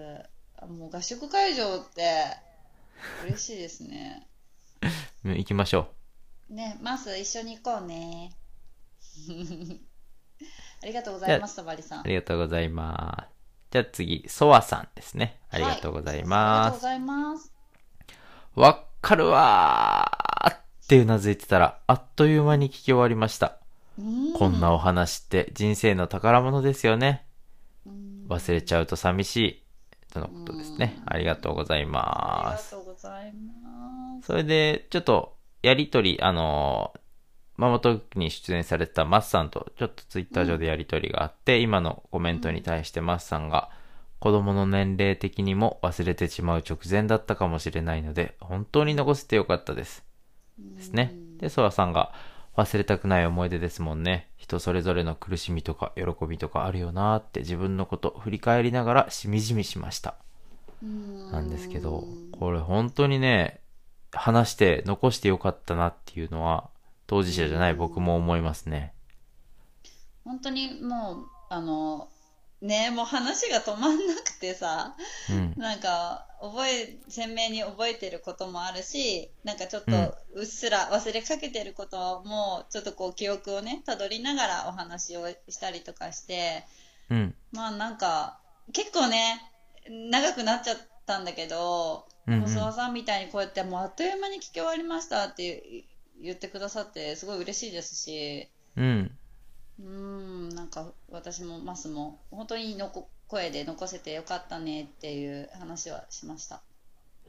Speaker 4: あもう、合宿会場って、嬉しいですね。
Speaker 3: 行きましょ
Speaker 4: ね、まず一緒に行こうね。 ありがとうございます、とばりさん
Speaker 3: う。あ。りがとうございます。じゃあ次、ソワさんですね。ありがとうござい
Speaker 4: はあ
Speaker 3: ま
Speaker 4: りがとう
Speaker 3: す
Speaker 4: ご。ざいます。
Speaker 3: わっかるわーってうなずいてたら、あっという間に聞き終わりました。
Speaker 4: うん
Speaker 3: こんなお話って人生の宝物ですよね。
Speaker 4: うん
Speaker 3: 忘れちゃうと寂しい。とのことですね。ありがとうござい
Speaker 4: あり
Speaker 3: ま
Speaker 4: が
Speaker 3: す。
Speaker 4: とうございます。
Speaker 3: それで、ちょっと、やりとり、あのーママトークに出演されてたマスさんと、ちょっとツイッター上でやりとりがあって、今のコメントに対してマスさんが、子供の年齢的にも忘れてしまう直前だったかもしれないので、本当に残せてよかったです。ですね
Speaker 4: う。ん
Speaker 3: で、ソワさんが、忘れたくない思い出ですもんね。人それぞれの苦しみとか喜びとかあるよなーって自分のこと振り返りながらしみじみしました。なんですけど、これ本当にね、話して残してよかったなっていうのは、当事者じゃない僕も思いますね。
Speaker 4: 本当にもう、あの、ねもう話が止まんなくてさ、
Speaker 3: うん。
Speaker 4: なんか、覚え、鮮明に覚えてることもあるし、なんかちょっと
Speaker 3: うん、
Speaker 4: うっすら忘れかけてることも、ちょっとこう、記憶をね、たどりながらお話をしたりとかして、
Speaker 3: うん。
Speaker 4: まあなんか、結構ね、長くなっちゃったんだけど、
Speaker 3: うんうん
Speaker 4: 細田さんみたいにこうやって、もうあっという間に聞き終わりましたって言ってくださって、すごい嬉しいですし、
Speaker 3: うん。
Speaker 4: うーん、なんか私もマスも、本当にのこ声で残せてよかったねっていう話はしました。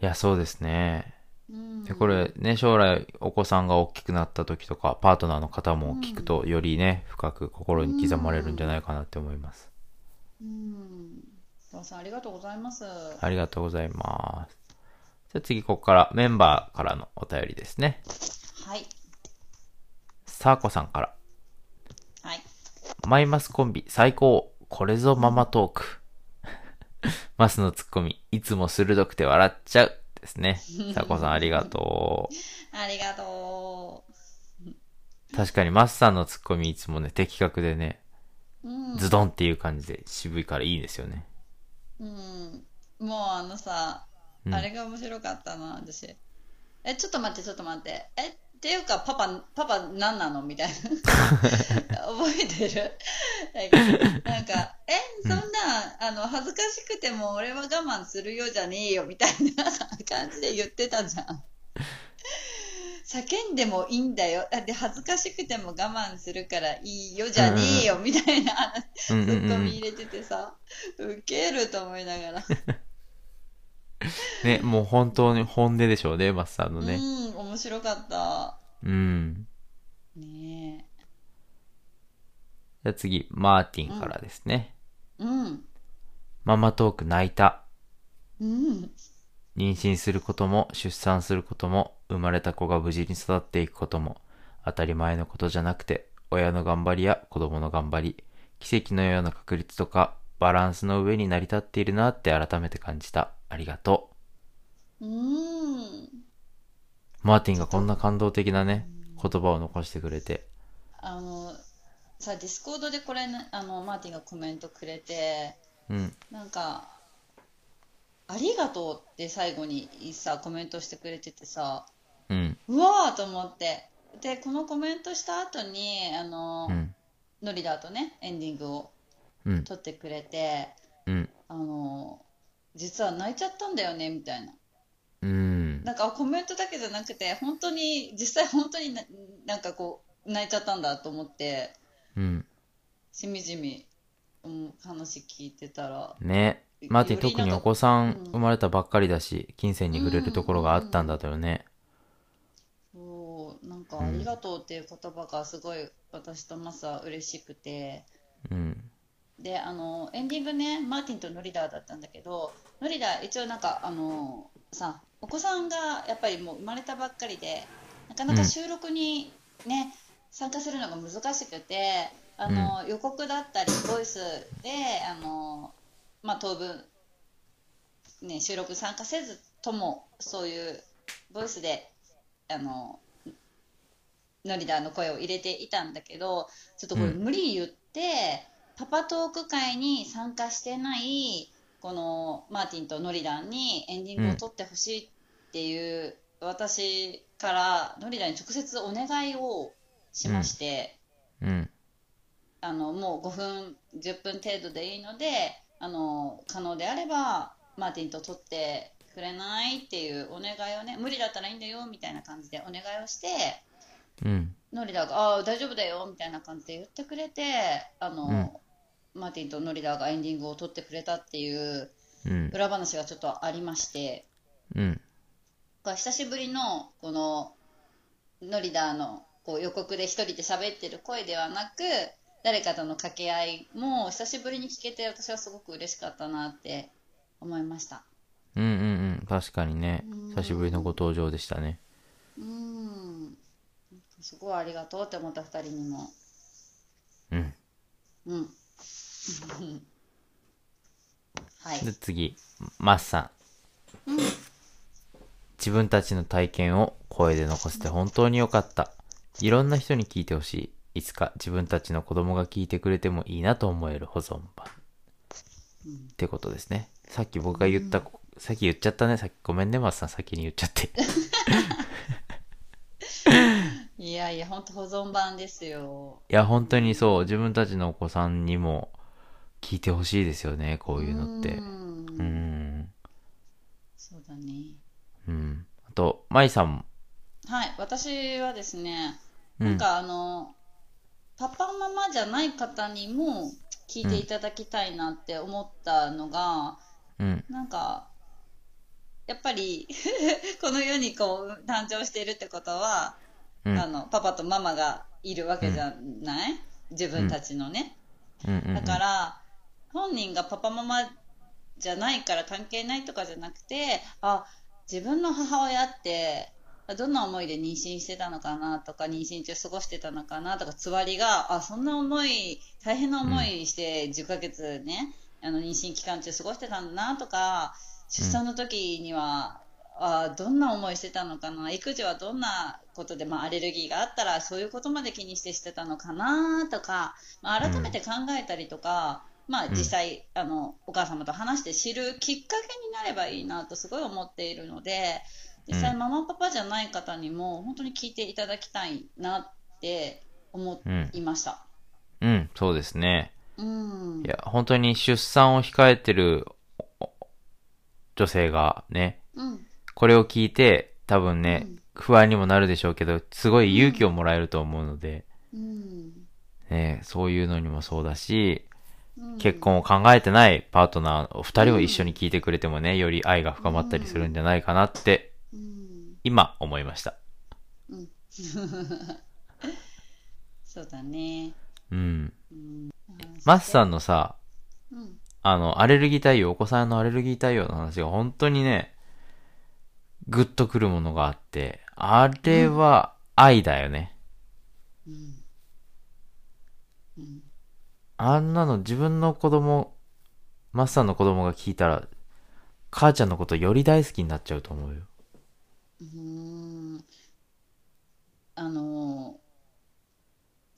Speaker 3: いや、そうですね。
Speaker 4: うん、
Speaker 3: で、これね、将来お子さんが大きくなった時とか、パートナーの方も聞くと、よりね、深く心に刻まれるんじゃないかなって思います。
Speaker 4: うん。細田さん、ありがとうございます。
Speaker 3: ありがとうございます。じゃあ次、ここからメンバーからのお便りですね。
Speaker 4: はい。
Speaker 3: さあこさんから。
Speaker 4: はい。
Speaker 3: マイマスコンビ最高。これぞママトーク。 マスのツッコミ、いつも鋭くて笑っちゃう。ですね。さこさんありがとう。
Speaker 4: ありがとう。
Speaker 3: 確かにマスさんのツッコミいつもね、的確でね、
Speaker 4: うん。
Speaker 3: ズドンっていう感じで渋いからいいですよね。
Speaker 4: うん。もうあのさ、
Speaker 3: うん
Speaker 4: あれが面白かったな、私。え、ちょっと待って、ちょっと待って。え、っていうか、パパ、パパ何なのみ たいな。覚えてるなんか、え、そんな、あの、恥ずかしくても俺は我慢するようじゃねえよ、みたいな 感じで言ってたじゃん。叫んでもいいんだよ。だって恥ずかしくても我慢するからいいよじゃねえよ、みたいな話
Speaker 3: うんうん
Speaker 4: ツッ
Speaker 3: う
Speaker 4: コ
Speaker 3: ん
Speaker 4: ミ入れててさ、ウケると思いながら。
Speaker 3: ね、もう本当に本音でしょうね、マスさんのね。
Speaker 4: うん、面白かった。
Speaker 3: うん。じ
Speaker 4: ね
Speaker 3: ゃあ次、マーティンからですね。
Speaker 4: え。うん。
Speaker 3: ママトーク泣いた。
Speaker 4: うん。
Speaker 3: 妊娠することも出産することも生まれた子が無事に育っていくことも当たり前のことじゃなくて親の頑張りや子供の頑張り奇跡のような確率とかバランスの上に成り立っているなって改めて感じたありがと
Speaker 4: うん。
Speaker 3: うマーティンがこんな感動的なね言葉を残してくれて
Speaker 4: あの、さ、ディスコードでこれ、ね、あの、マーティンがコメントくれて、
Speaker 3: うん
Speaker 4: なんか、ありがとうって最後にさ、コメントしてくれててさ、
Speaker 3: うん
Speaker 4: うわーと思って。で、このコメントした後に、あの、
Speaker 3: うん
Speaker 4: ノリダーとね、エンディングを
Speaker 3: うん
Speaker 4: 撮ってくれて、
Speaker 3: うん
Speaker 4: あの、実は泣いちゃったんだよね、みたいな。
Speaker 3: うん
Speaker 4: なんかコメントだけじゃなくて、本当に、実際本当にな、なんかこう、泣いちゃったんだと思って、
Speaker 3: うん
Speaker 4: しみじみ、うん、話聞いてたら、
Speaker 3: ねマーティン特にお子さん生まれたばっかりだし金銭に触れるところがあったんだとよね
Speaker 4: そう、なんかありがとうっていう言葉がすごい私とマサは嬉しくて、
Speaker 3: うん
Speaker 4: で、あの、エンディングね、マーティンとノリダーだったんだけど、ノリダー一応なんか、あの、さ、お子さんがやっぱりもう生まれたばっかりで、なかな
Speaker 3: う
Speaker 4: か
Speaker 3: ん
Speaker 4: 収録にね、参加するのが難しくて、あの、予告だったり、ボイスで、あの、まあ、当分、ね、収録参加せずとも、そういう、ボイスで、あの、ノリダーの声を入れていたんだけど、ちょっとこれ
Speaker 3: うん
Speaker 4: 無理言って、パパトーク会に参加してない、このマーティンとノリダーにエンディングを撮ってほしいっていう、私からノリダーに直接お願いをしまして、
Speaker 3: うん
Speaker 4: あの、もう5分、10分程度でいいので、あの、可能であれば、マーティンと取ってくれないっていうお願いをね、無理だったらいいんだよ、みたいな感じでお願いをして、
Speaker 3: うん
Speaker 4: ノリダーが、ああ、大丈夫だよ、みたいな感じで言ってくれて、あの、マーティンとノリダーがエンディングを取ってくれたっていう
Speaker 3: うん。
Speaker 4: 裏話がちょっとありまして、
Speaker 3: うん。
Speaker 4: が久しぶりのこのノリダーのこう予告で一人で喋ってる声ではなく誰かとの掛け合いも久しぶりに聞けて私はすごく嬉しかったなって思いました
Speaker 3: うんうんうん。確かにね
Speaker 4: うん。
Speaker 3: 久しぶりのご登場でしたね。
Speaker 4: うんすごいありがとうって思った二人にも
Speaker 3: うん。
Speaker 4: うん はい
Speaker 3: で、次、マッさん。自分たちの体験を声で残せて本当に良かった。いろんな人に聞いてほしい。いつか自分たちの子供が聞いてくれてもいいなと思える保存版。ってことですね。さっき僕が言った、さっき言っちゃったね。さっきごめんね、マッさん。先に言っちゃ って。
Speaker 4: いやいや本当保存版ですよ
Speaker 3: いや、本当にそう、自分たちのお子さんにも聞いてほしいですよね、こういうのって。
Speaker 4: うん
Speaker 3: うん。
Speaker 4: そうだね
Speaker 3: うん。あと、舞さんも。
Speaker 4: はい、私はですね、
Speaker 3: う
Speaker 4: なん、かあの、パパママじゃない方にも聞いていただきたいなって思ったのが、
Speaker 3: うん。
Speaker 4: なんか、やっぱり この世にこう誕生しているってことは、
Speaker 3: うん。
Speaker 4: あのパパとママがいるわけじゃない、自分たちのね。
Speaker 3: うんうんうん
Speaker 4: だから、本人がパパママじゃないから関係ないとかじゃなくて、あ、自分の母親って、どんな思いで妊娠してたのかなとか、妊娠中過ごしてたのかなとか、つわりが、あ、そんな思い、大変な思いして10ヶ月ね、あの、妊娠期間中過ごしてたんだなとか、出産の時には、あーどんな思いしてたのかな育児はどんなことで、まあ、アレルギーがあったらそういうことまで気にしてしてたのかなとか、まあ、改めて考えたりとか、まあ、
Speaker 3: ん
Speaker 4: 実際、あのお母様と話して知るきっかけになればいいなとすごい思っているので実際、
Speaker 3: うん
Speaker 4: ママパパじゃない方にも本当に聞いていただきたいなって思
Speaker 3: うん。
Speaker 4: いました。
Speaker 3: うん、そうですね。
Speaker 4: うん
Speaker 3: いや、本当に出産を控えてるお女性がね、
Speaker 4: うん
Speaker 3: これを聞いて、多分ね、
Speaker 4: うん
Speaker 3: 不安にもなるでしょうけど、すごい勇気をもらえると思うので、
Speaker 4: うん
Speaker 3: ね、そういうのにもそうだし、
Speaker 4: うん
Speaker 3: 結婚を考えてないパートナー、お二人を一緒に聞いてくれてもね、より愛が深まったりするんじゃないかなって、
Speaker 4: うん
Speaker 3: 今思いました。
Speaker 4: うんそうだね。
Speaker 3: うん。
Speaker 4: うん、
Speaker 3: マスさんのさ、
Speaker 4: うん、
Speaker 3: あの、アレルギー対応、お子さんのアレルギー対応の話が本当にね、グッとくるものがあって、あれは愛だよね。
Speaker 4: うん、うん、
Speaker 3: あんなの自分の子供、マスさんの子供が聞いたら、母ちゃんのことより大好きになっちゃうと思うよ。
Speaker 4: うん。あのー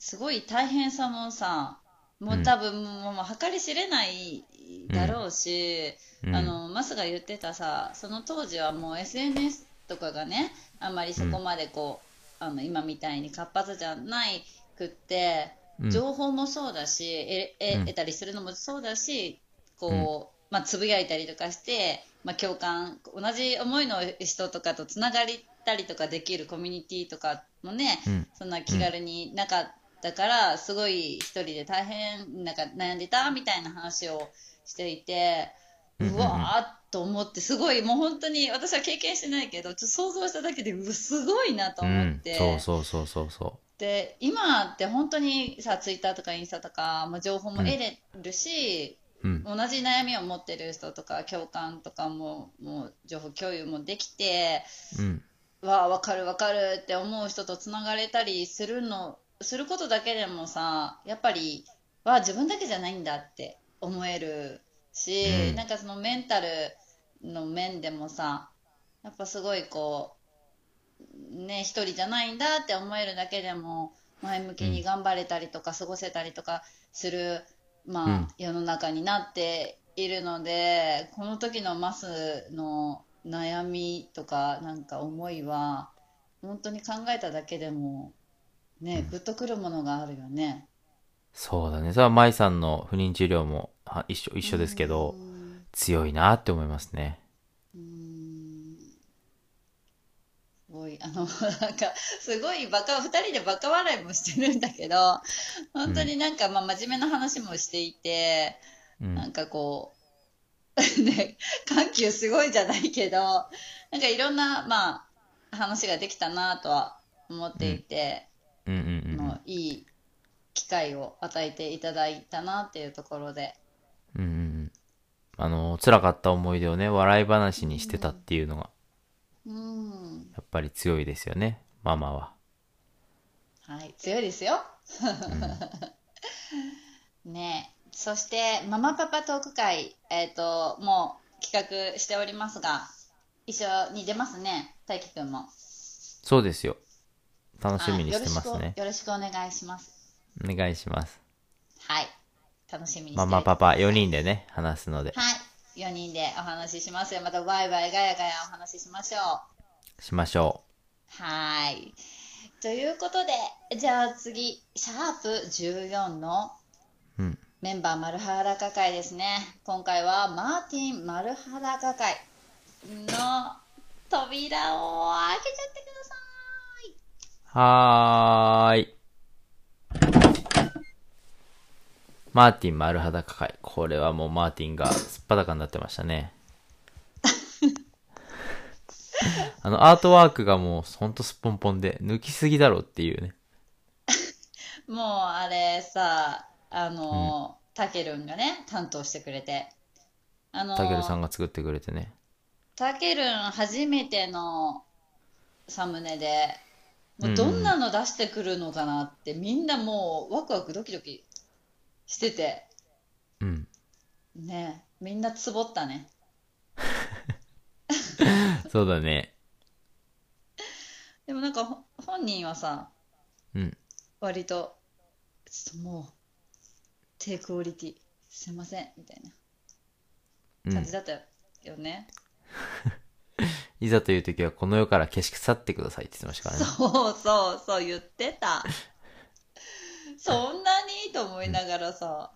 Speaker 4: すごい大変さもさ、も
Speaker 3: う
Speaker 4: うん多分、もうもう計り知れないだろうし、
Speaker 3: うん、
Speaker 4: あのマスが言ってたさその当時はもう SNS とかがねあんまりそこまでこう、あの今みたいに活発じゃないくって
Speaker 3: うん、
Speaker 4: 情報もそうだし、ええ
Speaker 3: うん
Speaker 4: 得たりするのもそうだしこう、まあ、つぶやいたりとかして、まあ、共感同じ思いの人とかとつながりたりとかできるコミュニティとかもね、
Speaker 3: うん
Speaker 4: そんな気軽になかったから、すごい一人で大変なんか悩んでたみたいな話をしていて、
Speaker 3: うんうんう
Speaker 4: うんわーっと思って、すごいもう本当に私は経験してないけど、ちょっと想像しただけで、うわ、すごいなと思って。
Speaker 3: うん、そうそうそうそうそ
Speaker 4: で今って本当にさツイッターとかインスタとか、まあ、情報も得れるし、
Speaker 3: う。うん。
Speaker 4: 同じ悩みを持ってる人とか共感とかももう情報共有もできて
Speaker 3: うん。
Speaker 4: わあ分かる分かるって思う人とつながれたりするのすることだけでもさやっぱりわあ自分だけじゃないんだって思えるし、
Speaker 3: うん
Speaker 4: なんかそのメンタルの面でもさやっぱすごいこうね一人じゃないんだって思えるだけでも前向きに頑張れたりとか過ごせたりとかする、まあ、
Speaker 3: うん
Speaker 4: 世の中になっているのでこの時のマスの悩みとかなんか思いは本当に考えただけでもねグッとくるものがあるよね。
Speaker 3: そうだね。さあ、舞さんの不妊治療もは一緒、一緒ですけど、
Speaker 4: うん
Speaker 3: 強いなって思いますね。
Speaker 4: うーんすごい、あの、なんか、すごいバカ、二人でバカ笑いもしてるんだけど、本当になんか、まあ、真面目な話もしていて、
Speaker 3: うん。
Speaker 4: なんかこう、 ね、緩急すごいじゃないけど、なんかいろんな、まあ、話ができたなとは思っていて、
Speaker 3: うんうん
Speaker 4: あ
Speaker 3: うん
Speaker 4: のいい機会を与えていただいたなっていうところで、
Speaker 3: うん。うんうんうん。あの、辛かった思い出をね、笑い話にしてたっていうのが、
Speaker 4: うん、
Speaker 3: やっぱり強いですよね。ママは。
Speaker 4: はい、強いですよ。ねえそして、ママパパトーク会、えっ、と、もう企画しておりますが、一緒に出ますね、大輝くんも。
Speaker 3: そうですよ。楽しみにしてます
Speaker 4: はい
Speaker 3: ね。
Speaker 4: よろしくおよろしくお願いします。
Speaker 3: お願いします。
Speaker 4: はい。楽しみにしてお
Speaker 3: マ
Speaker 4: いて
Speaker 3: マ、パパ、4人でね、話すので、
Speaker 4: はい。4人でお話ししますよ。またワイワイガヤガヤお話ししましょう。
Speaker 3: しましょ
Speaker 4: はい。ということで、じゃあ次、シャープ14の
Speaker 3: う。うん。
Speaker 4: メンバー丸裸会ですね。今回はマーティン丸裸会の扉を開けちゃってください。
Speaker 3: はーい。マーティン丸裸会。これはもうマーティンがすっぱだかになってました ね。あの、アートワークがもうほんとすっぽんぽんで、抜きすぎだろっていうね。
Speaker 4: もうあれさ、あの、たけるんがね、担当してくれて。あの、
Speaker 3: たけるさんが作ってくれてね。
Speaker 4: たけるん初めてのサムネで、もううんどんなの出してくるのかなって、みんなもうワクワクドキドキしてて、
Speaker 3: うん。
Speaker 4: ね、みんなつぼったね。
Speaker 3: そうだね。
Speaker 4: でもなんかほ本人はさ、
Speaker 3: うん。
Speaker 4: 割と、ちょっともう、低クオリティ、すいません、みたい
Speaker 3: うん
Speaker 4: な感じだったよね。
Speaker 3: いざという時はこの世から消し去ってくださいって言ってましたからね。
Speaker 4: そうそうそう、言って た。そんなにと思いながらさ、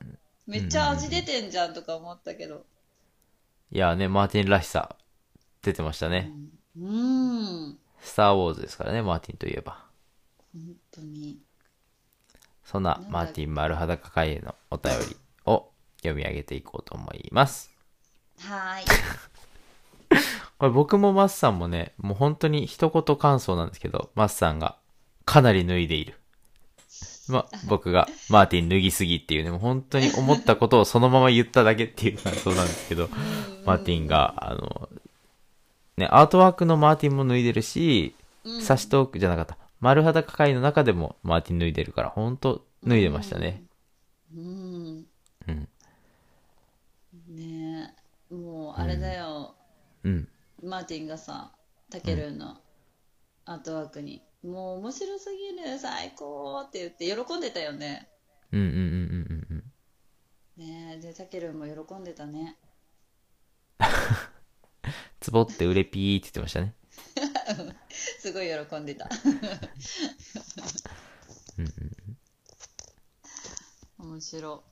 Speaker 4: めっちゃ味出てんじゃんとか思ったけど。
Speaker 3: いやね、マーティンらしさ、出てましたね。
Speaker 4: うーん、
Speaker 3: スター・ウォーズですからね、マーティンといえば。
Speaker 4: 本当に。
Speaker 3: そんなマーティン丸裸会へのお便りを読み上げていこうと思います。
Speaker 4: はーい。
Speaker 3: これ僕もマスさんもね、もう本当に一言感想なんですけど、マスさんがかなり脱いでいる。ま、僕がマーティン脱ぎすぎっていうね、もう本当に思ったことをそのまま言っただけっていう感想なんですけど、 マーティンが、あの、ね、アートワークのマーティンも脱いでるし、
Speaker 4: うん
Speaker 3: サシトークじゃなかった、丸裸会の中でもマーティン脱いでるから、本当脱いでましたね。
Speaker 4: うん。
Speaker 3: うん。
Speaker 4: ねえ、もうあれだよ、
Speaker 3: うん。
Speaker 4: マーティンがさ、タケルンのアートワークに、もう面白すぎる、最高って言って喜んでたよね。
Speaker 3: うんうんうんうんうんうん。
Speaker 4: ねえ、で、タケルンも喜んでたね。
Speaker 3: つぼってうれぴーって言ってましたね。
Speaker 4: すごい喜んでた。面白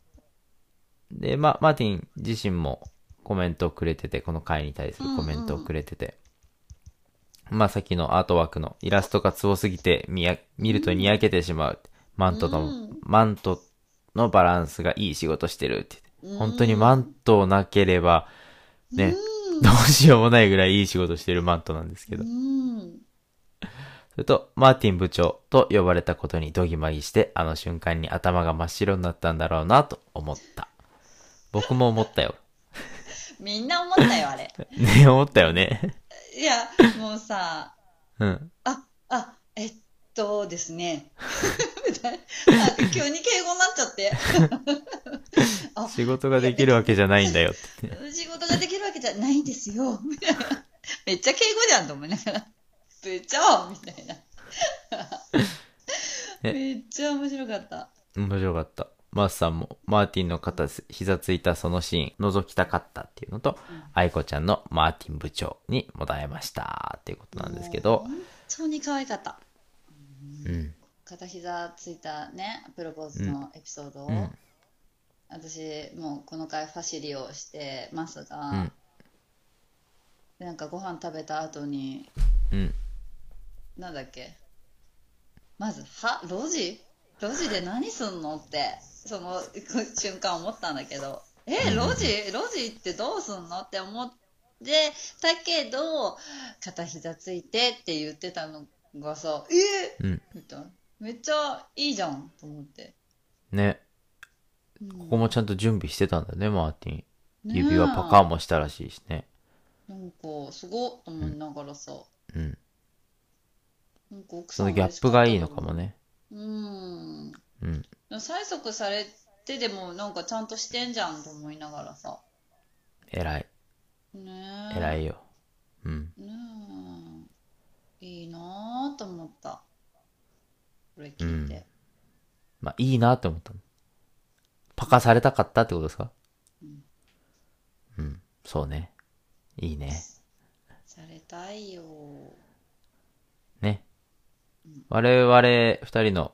Speaker 3: で、まあ、マーティン自身もコメントをくれてて、この回に対するコメントをくれてて、まあ、さっきのアートワークのイラストがツボすぎて見や、見るとにやけてしまう。マントの、
Speaker 4: うん
Speaker 3: マントのバランスがいい仕事してるって言って
Speaker 4: うん
Speaker 3: 本当にマントなければ、ね、どうしようもないぐらいいい仕事してるマントなんですけ
Speaker 4: う
Speaker 3: ど。
Speaker 4: ん。
Speaker 3: それと、マーティン部長と呼ばれたことにドギマギして、あの瞬間に頭が真っ白になったんだろうなと思った。僕も思ったよ。
Speaker 4: みんな思ったよ、あれ。
Speaker 3: ね、思ったよね。
Speaker 4: いや、もうさ、
Speaker 3: うん。
Speaker 4: あ、あ、えっとですね。 みたいな。なんか急に敬語になっちゃって。 あ
Speaker 3: 仕事ができるわけじゃないんだよってね。
Speaker 4: 仕事ができるわけじゃないんですよ。 みたいなめっちゃ敬語じゃんと思いながら。部長みたいな。
Speaker 3: え
Speaker 4: めっちゃ面白かった。
Speaker 3: 面白かった。マースさんも、マーティンの肩す、膝ついたそのシーン、覗きたかったっていうのと、愛子ちゃんのマーティン部長にもだえましたっていうことなんですけど
Speaker 4: もう、本当に可愛かった。
Speaker 3: うん。
Speaker 4: 片膝ついたね、プロポーズのエピソードを。
Speaker 3: うん。
Speaker 4: 私、もうこの回ファシリをしてますが、
Speaker 3: うん
Speaker 4: なんかご飯食べた後に、
Speaker 3: うん。
Speaker 4: なんだっけまず、は路地路地で何すんのって、そのこ瞬間思ったんだけど、え、路地路地ってどうすんのって思って、だけど、片膝ついてって言ってたのがさ、え
Speaker 3: うん。
Speaker 4: みたいな。めっちゃいいじゃんと思って。
Speaker 3: ね。ここもちゃんと準備してたんだね、マーティン。
Speaker 4: ねえ
Speaker 3: 指輪パカンもしたらしいしね。
Speaker 4: なんか、すごっと思いながらさ、
Speaker 3: うん。
Speaker 4: なんか奥さ
Speaker 3: そ
Speaker 4: ん
Speaker 3: のギャップがいいのかも
Speaker 4: ね。
Speaker 3: ね。
Speaker 4: うん。
Speaker 3: うん。
Speaker 4: 催促されてでも、なんかちゃんとしてんじゃんと思いながらさ。
Speaker 3: 偉い。
Speaker 4: ねえ。
Speaker 3: 偉いよ。うん。
Speaker 4: ねえ。いいなぁと思った。これ聞いて。
Speaker 3: まあ、いいなって思ったの。パカされたかったってことですかうん。そうね。いいね。
Speaker 4: されたいよ。
Speaker 3: ね。我々二人の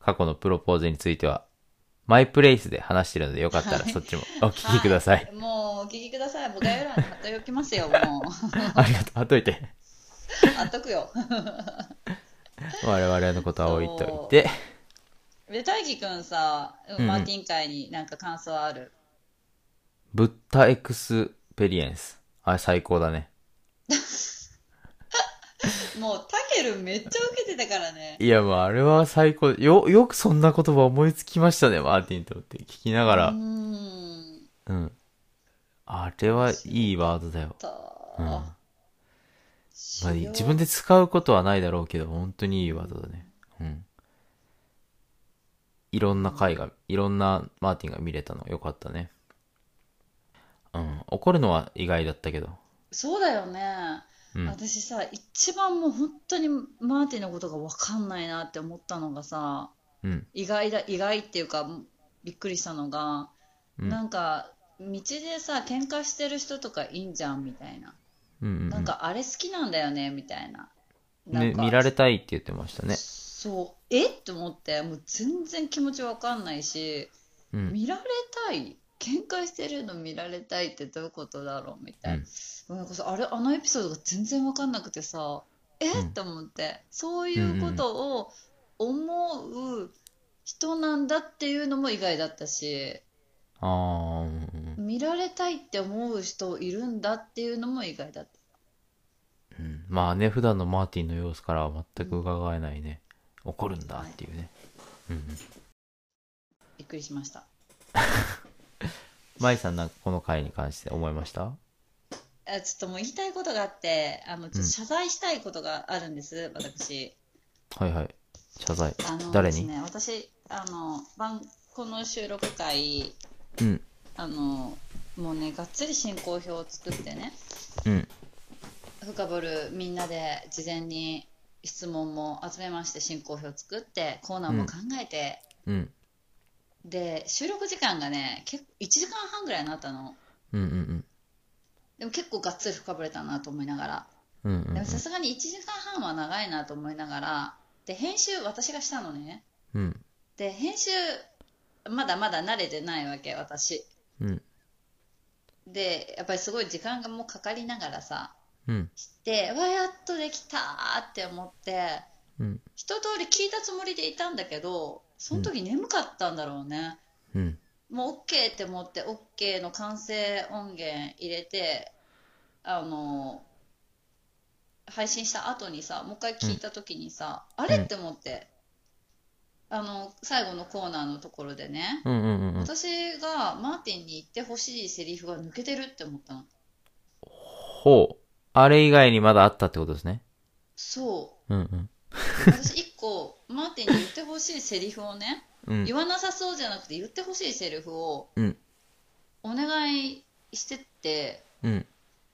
Speaker 3: 過去のプロポーズについては、マイプレイスで話してるのでよかったらそっちもお聞きください。
Speaker 4: もう、お聞きください。もう概要欄に貼っておきますよ、もう。
Speaker 3: ありがとう。貼っといて。
Speaker 4: 貼っとくよ。
Speaker 3: 我々のことは置いといて。
Speaker 4: で、大輝くんさ、
Speaker 3: ん
Speaker 4: マーティン会になんか感想ある。
Speaker 3: ブッダエクスペリエンス。あれ最高だね。
Speaker 4: もう、タケルめっちゃ受けてたからね。
Speaker 3: いや、もうあれは最高。よ、よくそんな言葉思いつきましたね、マーティンと思って。聞きなが
Speaker 4: う
Speaker 3: ら。
Speaker 4: ーん。
Speaker 3: うん。あれはいいワードだよ。
Speaker 4: と、
Speaker 3: うん。
Speaker 4: ま
Speaker 3: まあ、自分で使うことはないだろうけど、本当にいいワードだね。うん。いろんな回が、いろんなマーティンが見れたのよかったね。うん。怒るのは意外だったけど。
Speaker 4: そうだよね。
Speaker 3: うん。
Speaker 4: 私さ、一番もう本当にマーティのことがわかんないなって思ったのがさ、
Speaker 3: うん。
Speaker 4: 意外だ、意外っていうか、びっくりしたのが、
Speaker 3: うん
Speaker 4: なんか、道でさ、喧嘩してる人とかいいんじゃんみたいな。
Speaker 3: うんうん。
Speaker 4: なんか、あれ好きなんだよねみたいな。なん
Speaker 3: ね、
Speaker 4: か
Speaker 3: 見られたいって言ってましたね。
Speaker 4: そう、えって思って、もう全然気持ちわかんないし、
Speaker 3: うん。
Speaker 4: 見られたい喧嘩してるの見られたいってどういうことだろうみたいな。なんかさ、あれ、あのエピソードが全然わかんなくてさ、え
Speaker 3: うん
Speaker 4: って思って、そういうことを思う人なんだっていうのも意外だったし、
Speaker 3: ああ、うんうん
Speaker 4: 見られたいって思う人いるんだっていうのも意外だった。
Speaker 3: うん。まあね、普段のマーティンの様子からは全く伺えないね。怒るんだっていうね。うんうん。
Speaker 4: びっくりしました。
Speaker 3: 舞さんなんかこの回に関して思いました
Speaker 4: あ、ちょっともう言いたいことがあって、あの、ちょっと謝罪したいことがあるんです、私。
Speaker 3: はいはい。謝罪
Speaker 4: あの。
Speaker 3: 誰
Speaker 4: です
Speaker 3: に
Speaker 4: ね、私、あの、晩この収録会、
Speaker 3: うん。
Speaker 4: あの、もうね、がっつり進行表を作ってね、
Speaker 3: うん。
Speaker 4: 深掘るみんなで事前に質問も集めまして進行表を作ってコーナーも考えて、
Speaker 3: うん。
Speaker 4: で収録時間がね結構1時間半ぐらいになったの
Speaker 3: うんうん
Speaker 4: でも結構がっつり深掘れたなと思いながら
Speaker 3: うん。うんうん
Speaker 4: でもさすがに1時間半は長いなと思いながらで編集私がしたのね
Speaker 3: うん。うん。
Speaker 4: で編集まだまだ慣れてないわけ私
Speaker 3: うん。
Speaker 4: でやっぱりすごい時間がもうかかりながらさ
Speaker 3: うん。
Speaker 4: でわやっとできたーって思って
Speaker 3: うん。
Speaker 4: 一通り聞いたつもりでいたんだけどその時眠かったんだろうね、
Speaker 3: うん。
Speaker 4: もう OK って思って OK の完成音源入れてあの配信した後にさもう一回聞いた時にさ、あれ
Speaker 3: うん
Speaker 4: って思って、あの最後のコーナーのところでね、
Speaker 3: うんうんうんうん。
Speaker 4: 私がマーティンに言ってほしいセリフが抜けてるって思ったの
Speaker 3: ほう。あれ以外にまだあったってことですね。
Speaker 4: そ
Speaker 3: うんうん。
Speaker 4: う私一個マーティンに言ってほしいセリフをね
Speaker 3: うん
Speaker 4: 言。わなさそうじゃなくて言ってほしいセリフを
Speaker 3: うん。
Speaker 4: お願いしてって
Speaker 3: うん。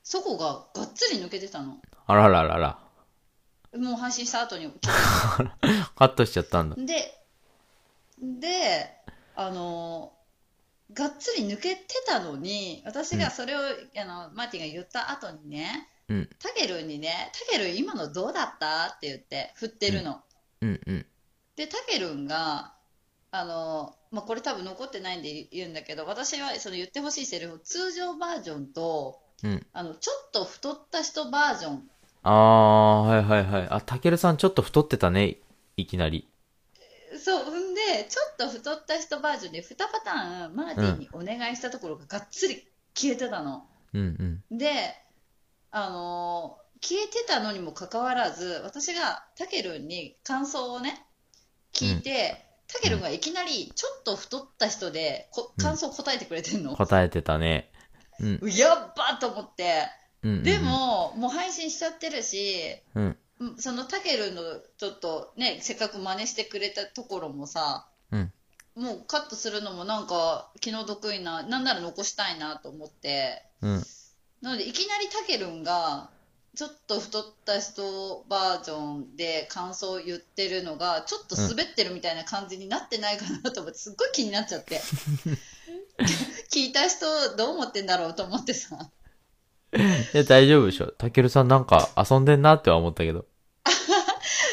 Speaker 4: そこががっつり抜けてたの
Speaker 3: あらららら。
Speaker 4: もう配信した後に
Speaker 3: カットしちゃったんだ。
Speaker 4: でであのがっつり抜けてたのに私がそれを、あのマーティンが言った後にね
Speaker 3: うん。
Speaker 4: タケルンにね「タケルン今のどうだった?」って言って振ってるの、
Speaker 3: うんうん。
Speaker 4: でタケルンがあの、まあ、これ多分残ってないんで言うんだけど私はその言ってほしいセリフを通常バージョンと
Speaker 3: うん。
Speaker 4: あのちょっと太った人バージョン
Speaker 3: ああ、はいはいはい。あ、たけるさんちょっと太ってたね。いきなり。
Speaker 4: そう、ほんで、ちょっと太った人バージョンで2パターン、マーティンにお願いしたところががっつり消えてたの。
Speaker 3: うん
Speaker 4: で、あのー消えてたのにもかかわらず、私がタケルンに感想をね、聞いて、タケルンがいきなり、ちょっと太った人で、こ
Speaker 3: うん
Speaker 4: 感想答えてくれて
Speaker 3: う
Speaker 4: ん
Speaker 3: ん。
Speaker 4: の。
Speaker 3: 答えてたね。うん。
Speaker 4: やっばと思って。
Speaker 3: うんうんうん。
Speaker 4: で、も、もう配信しちゃってるし、
Speaker 3: うん。
Speaker 4: うんそのタケルのちょっとね、せっかく真似してくれたところもさ、
Speaker 3: うん
Speaker 4: もうカットするのもなんか気の毒いな、なんなら残したいなと思って、
Speaker 3: うん。
Speaker 4: なのでいきなりタケルンが、ちょっと太った人バージョンで感想を言ってるのが、ちょっと滑ってるみたいな感じになってないかなと思って、すっごい気になっちゃ って。聞いた人どう思ってんだろうと思ってさ。
Speaker 3: いや、大丈夫でしょ。たけるさんなんか遊んでんなっては思ったけど。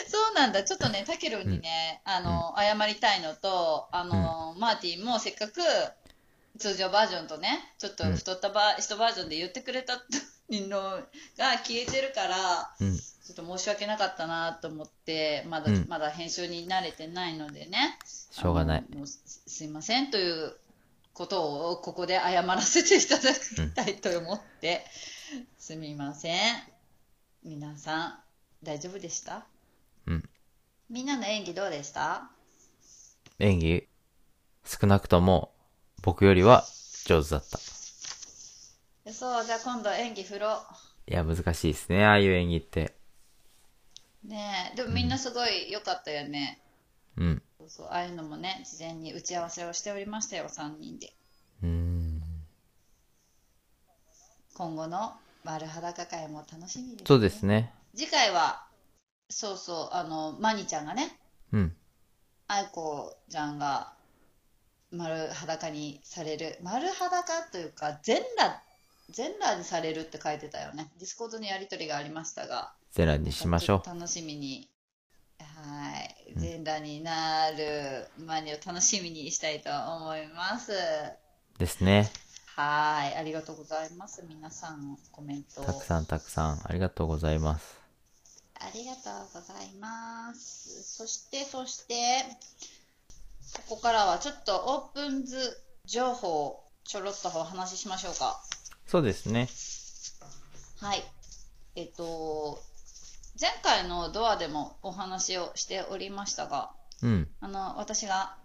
Speaker 4: そうなんだ。ちょっとね、タケルンにね、あの、謝りたいのと、あの、マーティンもせっかく、通常バージョンとね、ちょっと太ったば、人バージョンで言ってくれたのが消えてるから、
Speaker 3: うん。
Speaker 4: ちょっと申し訳なかったなと思って、まだ、
Speaker 3: うん
Speaker 4: まだ編集に慣れてないのでね。
Speaker 3: しょうがない
Speaker 4: あの。もうすすいませんということを、ここで謝らせていただきたいと思って、すみません。皆さん、大丈夫でした
Speaker 3: うん。
Speaker 4: みんなの演技どうでした
Speaker 3: 演技、少なくとも、僕よりは上手だった。
Speaker 4: そう、じゃあ今度演技振ろ
Speaker 3: いや、難しいですね。ああいう演技って。
Speaker 4: う。ねえ、でもみんなすごい良かったよね。
Speaker 3: うん。
Speaker 4: そうそう、ああいうのもね、事前に打ち合わせをしておりましたよ、3人で。
Speaker 3: うーん。
Speaker 4: 今後の丸裸会も楽しみです、ね。
Speaker 3: そうですね。
Speaker 4: 次回は、そうそう、あの、まにちゃんがね、
Speaker 3: うん。
Speaker 4: 愛子ちゃんが丸裸にされる丸裸というか全裸全裸にされるって書いてたよねディスコードのやり取りがありましたが
Speaker 3: ゼラにしましょ
Speaker 4: 楽しみにはい全裸になるマニを楽しみにしたいと思います
Speaker 3: う。ですね。
Speaker 4: はいありがとうございます皆さんのコメント
Speaker 3: たくさんたくさんありがとうございます。
Speaker 4: ありがとうございます。そして、そして、ここからはちょっとオープンズ情報をちょろっとお話ししましょうか。
Speaker 3: そうですね。
Speaker 4: はい。えっと、前回のドアでもお話をしておりましたが、
Speaker 3: うん。
Speaker 4: あの、私が、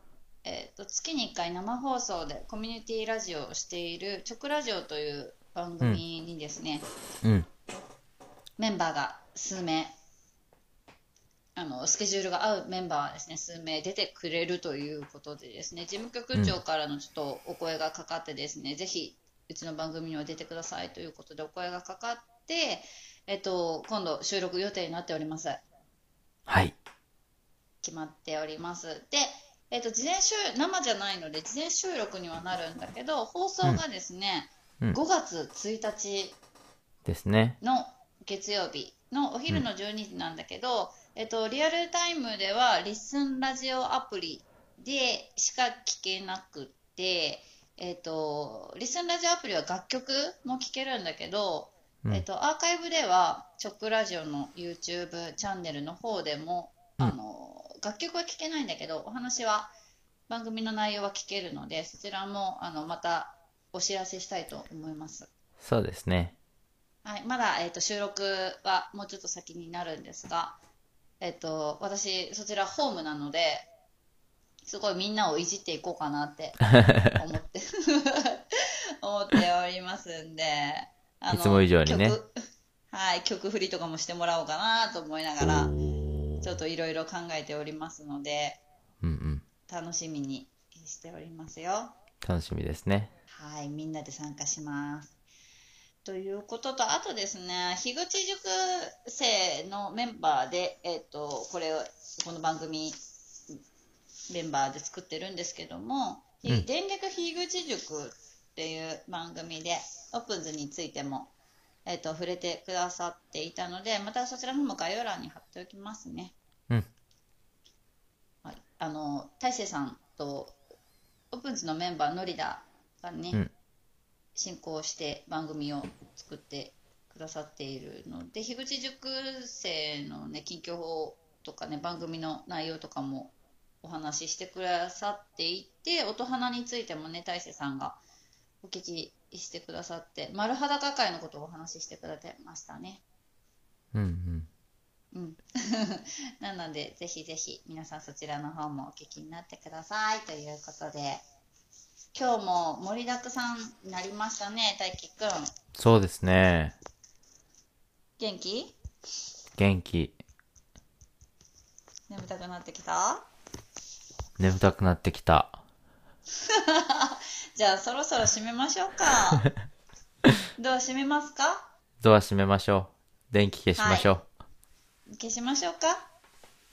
Speaker 4: えっと、月に1回生放送でコミュニティラジオをしている直ラジオという番組にですね、
Speaker 3: うん。
Speaker 4: メンバーが数名あのスケジュールが合うメンバーはですね数名出てくれるということでですね事務局長からのちょっとお声がかかってですね、ぜひうちの番組には出てくださいということでお声がかかって、えっと、今度収録予定になっております
Speaker 3: はい。
Speaker 4: 決まっておりますで、えっと、事前収生じゃないので事前収録にはなるんだけど放送がですね、
Speaker 3: うんうん
Speaker 4: 5月1日
Speaker 3: ですね。
Speaker 4: の月曜日のお昼の12時なんだけど、えっと、リアルタイムではリッスンラジオアプリでしか聴けなくて、えっと、リッスンラジオアプリは楽曲も聴けるんだけど、
Speaker 3: うん
Speaker 4: えっと、アーカイブではチョックラジオの YouTube チャンネルの方でも、
Speaker 3: うん
Speaker 4: あの楽曲は聴けないんだけどお話は番組の内容は聞けるのでそちらもあのまたお知らせしたいと思います。
Speaker 3: そうですね。
Speaker 4: はい、まだ、えー、と収録はもうちょっと先になるんですが、えっと私、そちらホームなので、すごいみんなをいじっていこうかなって 思って、 思っておりますんで、あの
Speaker 3: いつも以上にね
Speaker 4: 曲はい、曲振りとかもしてもらおうかなと思いながら、
Speaker 3: お
Speaker 4: ちょ
Speaker 3: ー
Speaker 4: っといろいろ考えておりますので、
Speaker 3: うんうん。
Speaker 4: 楽しみにしておりますよ。
Speaker 3: 楽しみですね。
Speaker 4: はい、みんなで参加します。ということと、あとですね、樋口塾生のメンバーで、えっ、と、これを、この番組、メンバーで作ってるんですけども、ひ
Speaker 3: うん
Speaker 4: 電力樋口塾っていう番組で、オープンズについても、えっ、と、触れてくださっていたので、またそちらの方も概要欄に貼っておきますね。
Speaker 3: うん。
Speaker 4: はい、あの大勢さんとオープンズのメンバーのりだがね、
Speaker 3: うん
Speaker 4: 進行して番組を作ってくださっているので樋口塾生のね近況法とかね番組の内容とかもお話ししてくださっていて音花についてもね大勢さんがお聞きしてくださって丸裸会のことをお話ししてくださいましたね。
Speaker 3: うんうん。
Speaker 4: うん、 なので、ぜひぜひ皆さんそちらの方もお聞きになってくださいということで、今日も盛りだくさんになりましたね、大輝くん。
Speaker 3: そうですね。
Speaker 4: 元気
Speaker 3: 元気。
Speaker 4: 眠たくなってきた
Speaker 3: 眠たくなってきた。
Speaker 4: じゃあそろそろ締めましょうか。 どう締めますか
Speaker 3: ドア閉めましょう。電気消しましょ
Speaker 4: 消しましょうか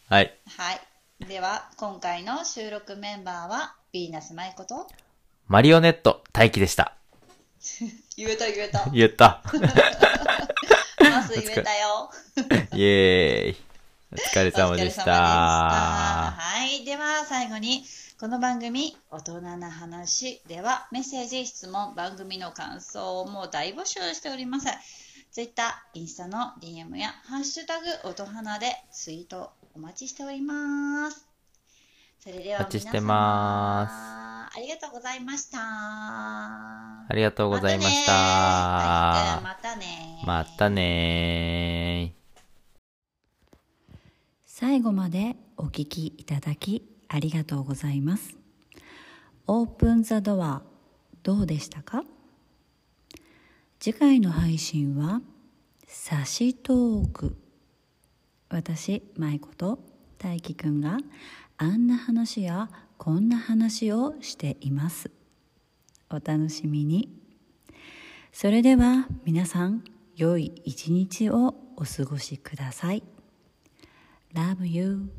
Speaker 3: う。はい。
Speaker 4: はい。では、今回の収録メンバーは、ヴィーナス舞子と、
Speaker 3: マリオネット、大輝でした。
Speaker 4: 言えた言えた、
Speaker 3: 言った。
Speaker 4: まず言えたよ。
Speaker 3: イエーイ。お疲れ様
Speaker 4: お疲れ様
Speaker 3: で
Speaker 4: で
Speaker 3: し。
Speaker 4: したはい。では、最後に、この番組、大人な話では、メッセージ、質問、番組の感想をもう大募集しております。ツイッター、インスタの DM や、ハッシュタグ、音花でツイートお待ちしております。それでは皆様、
Speaker 3: お待ちしてま
Speaker 4: ありがとうございました。あ
Speaker 3: ありがとうございました。
Speaker 4: またねー。
Speaker 3: またねー。
Speaker 1: 最後までお聞きいただきありがとうございますオープンザドアどうでしたか次回の配信はサシトーク私舞子と大輝くんがあんな話やこんな話をしていますお楽しみにそれでは皆さん良い一日をお過ごしください。Love you.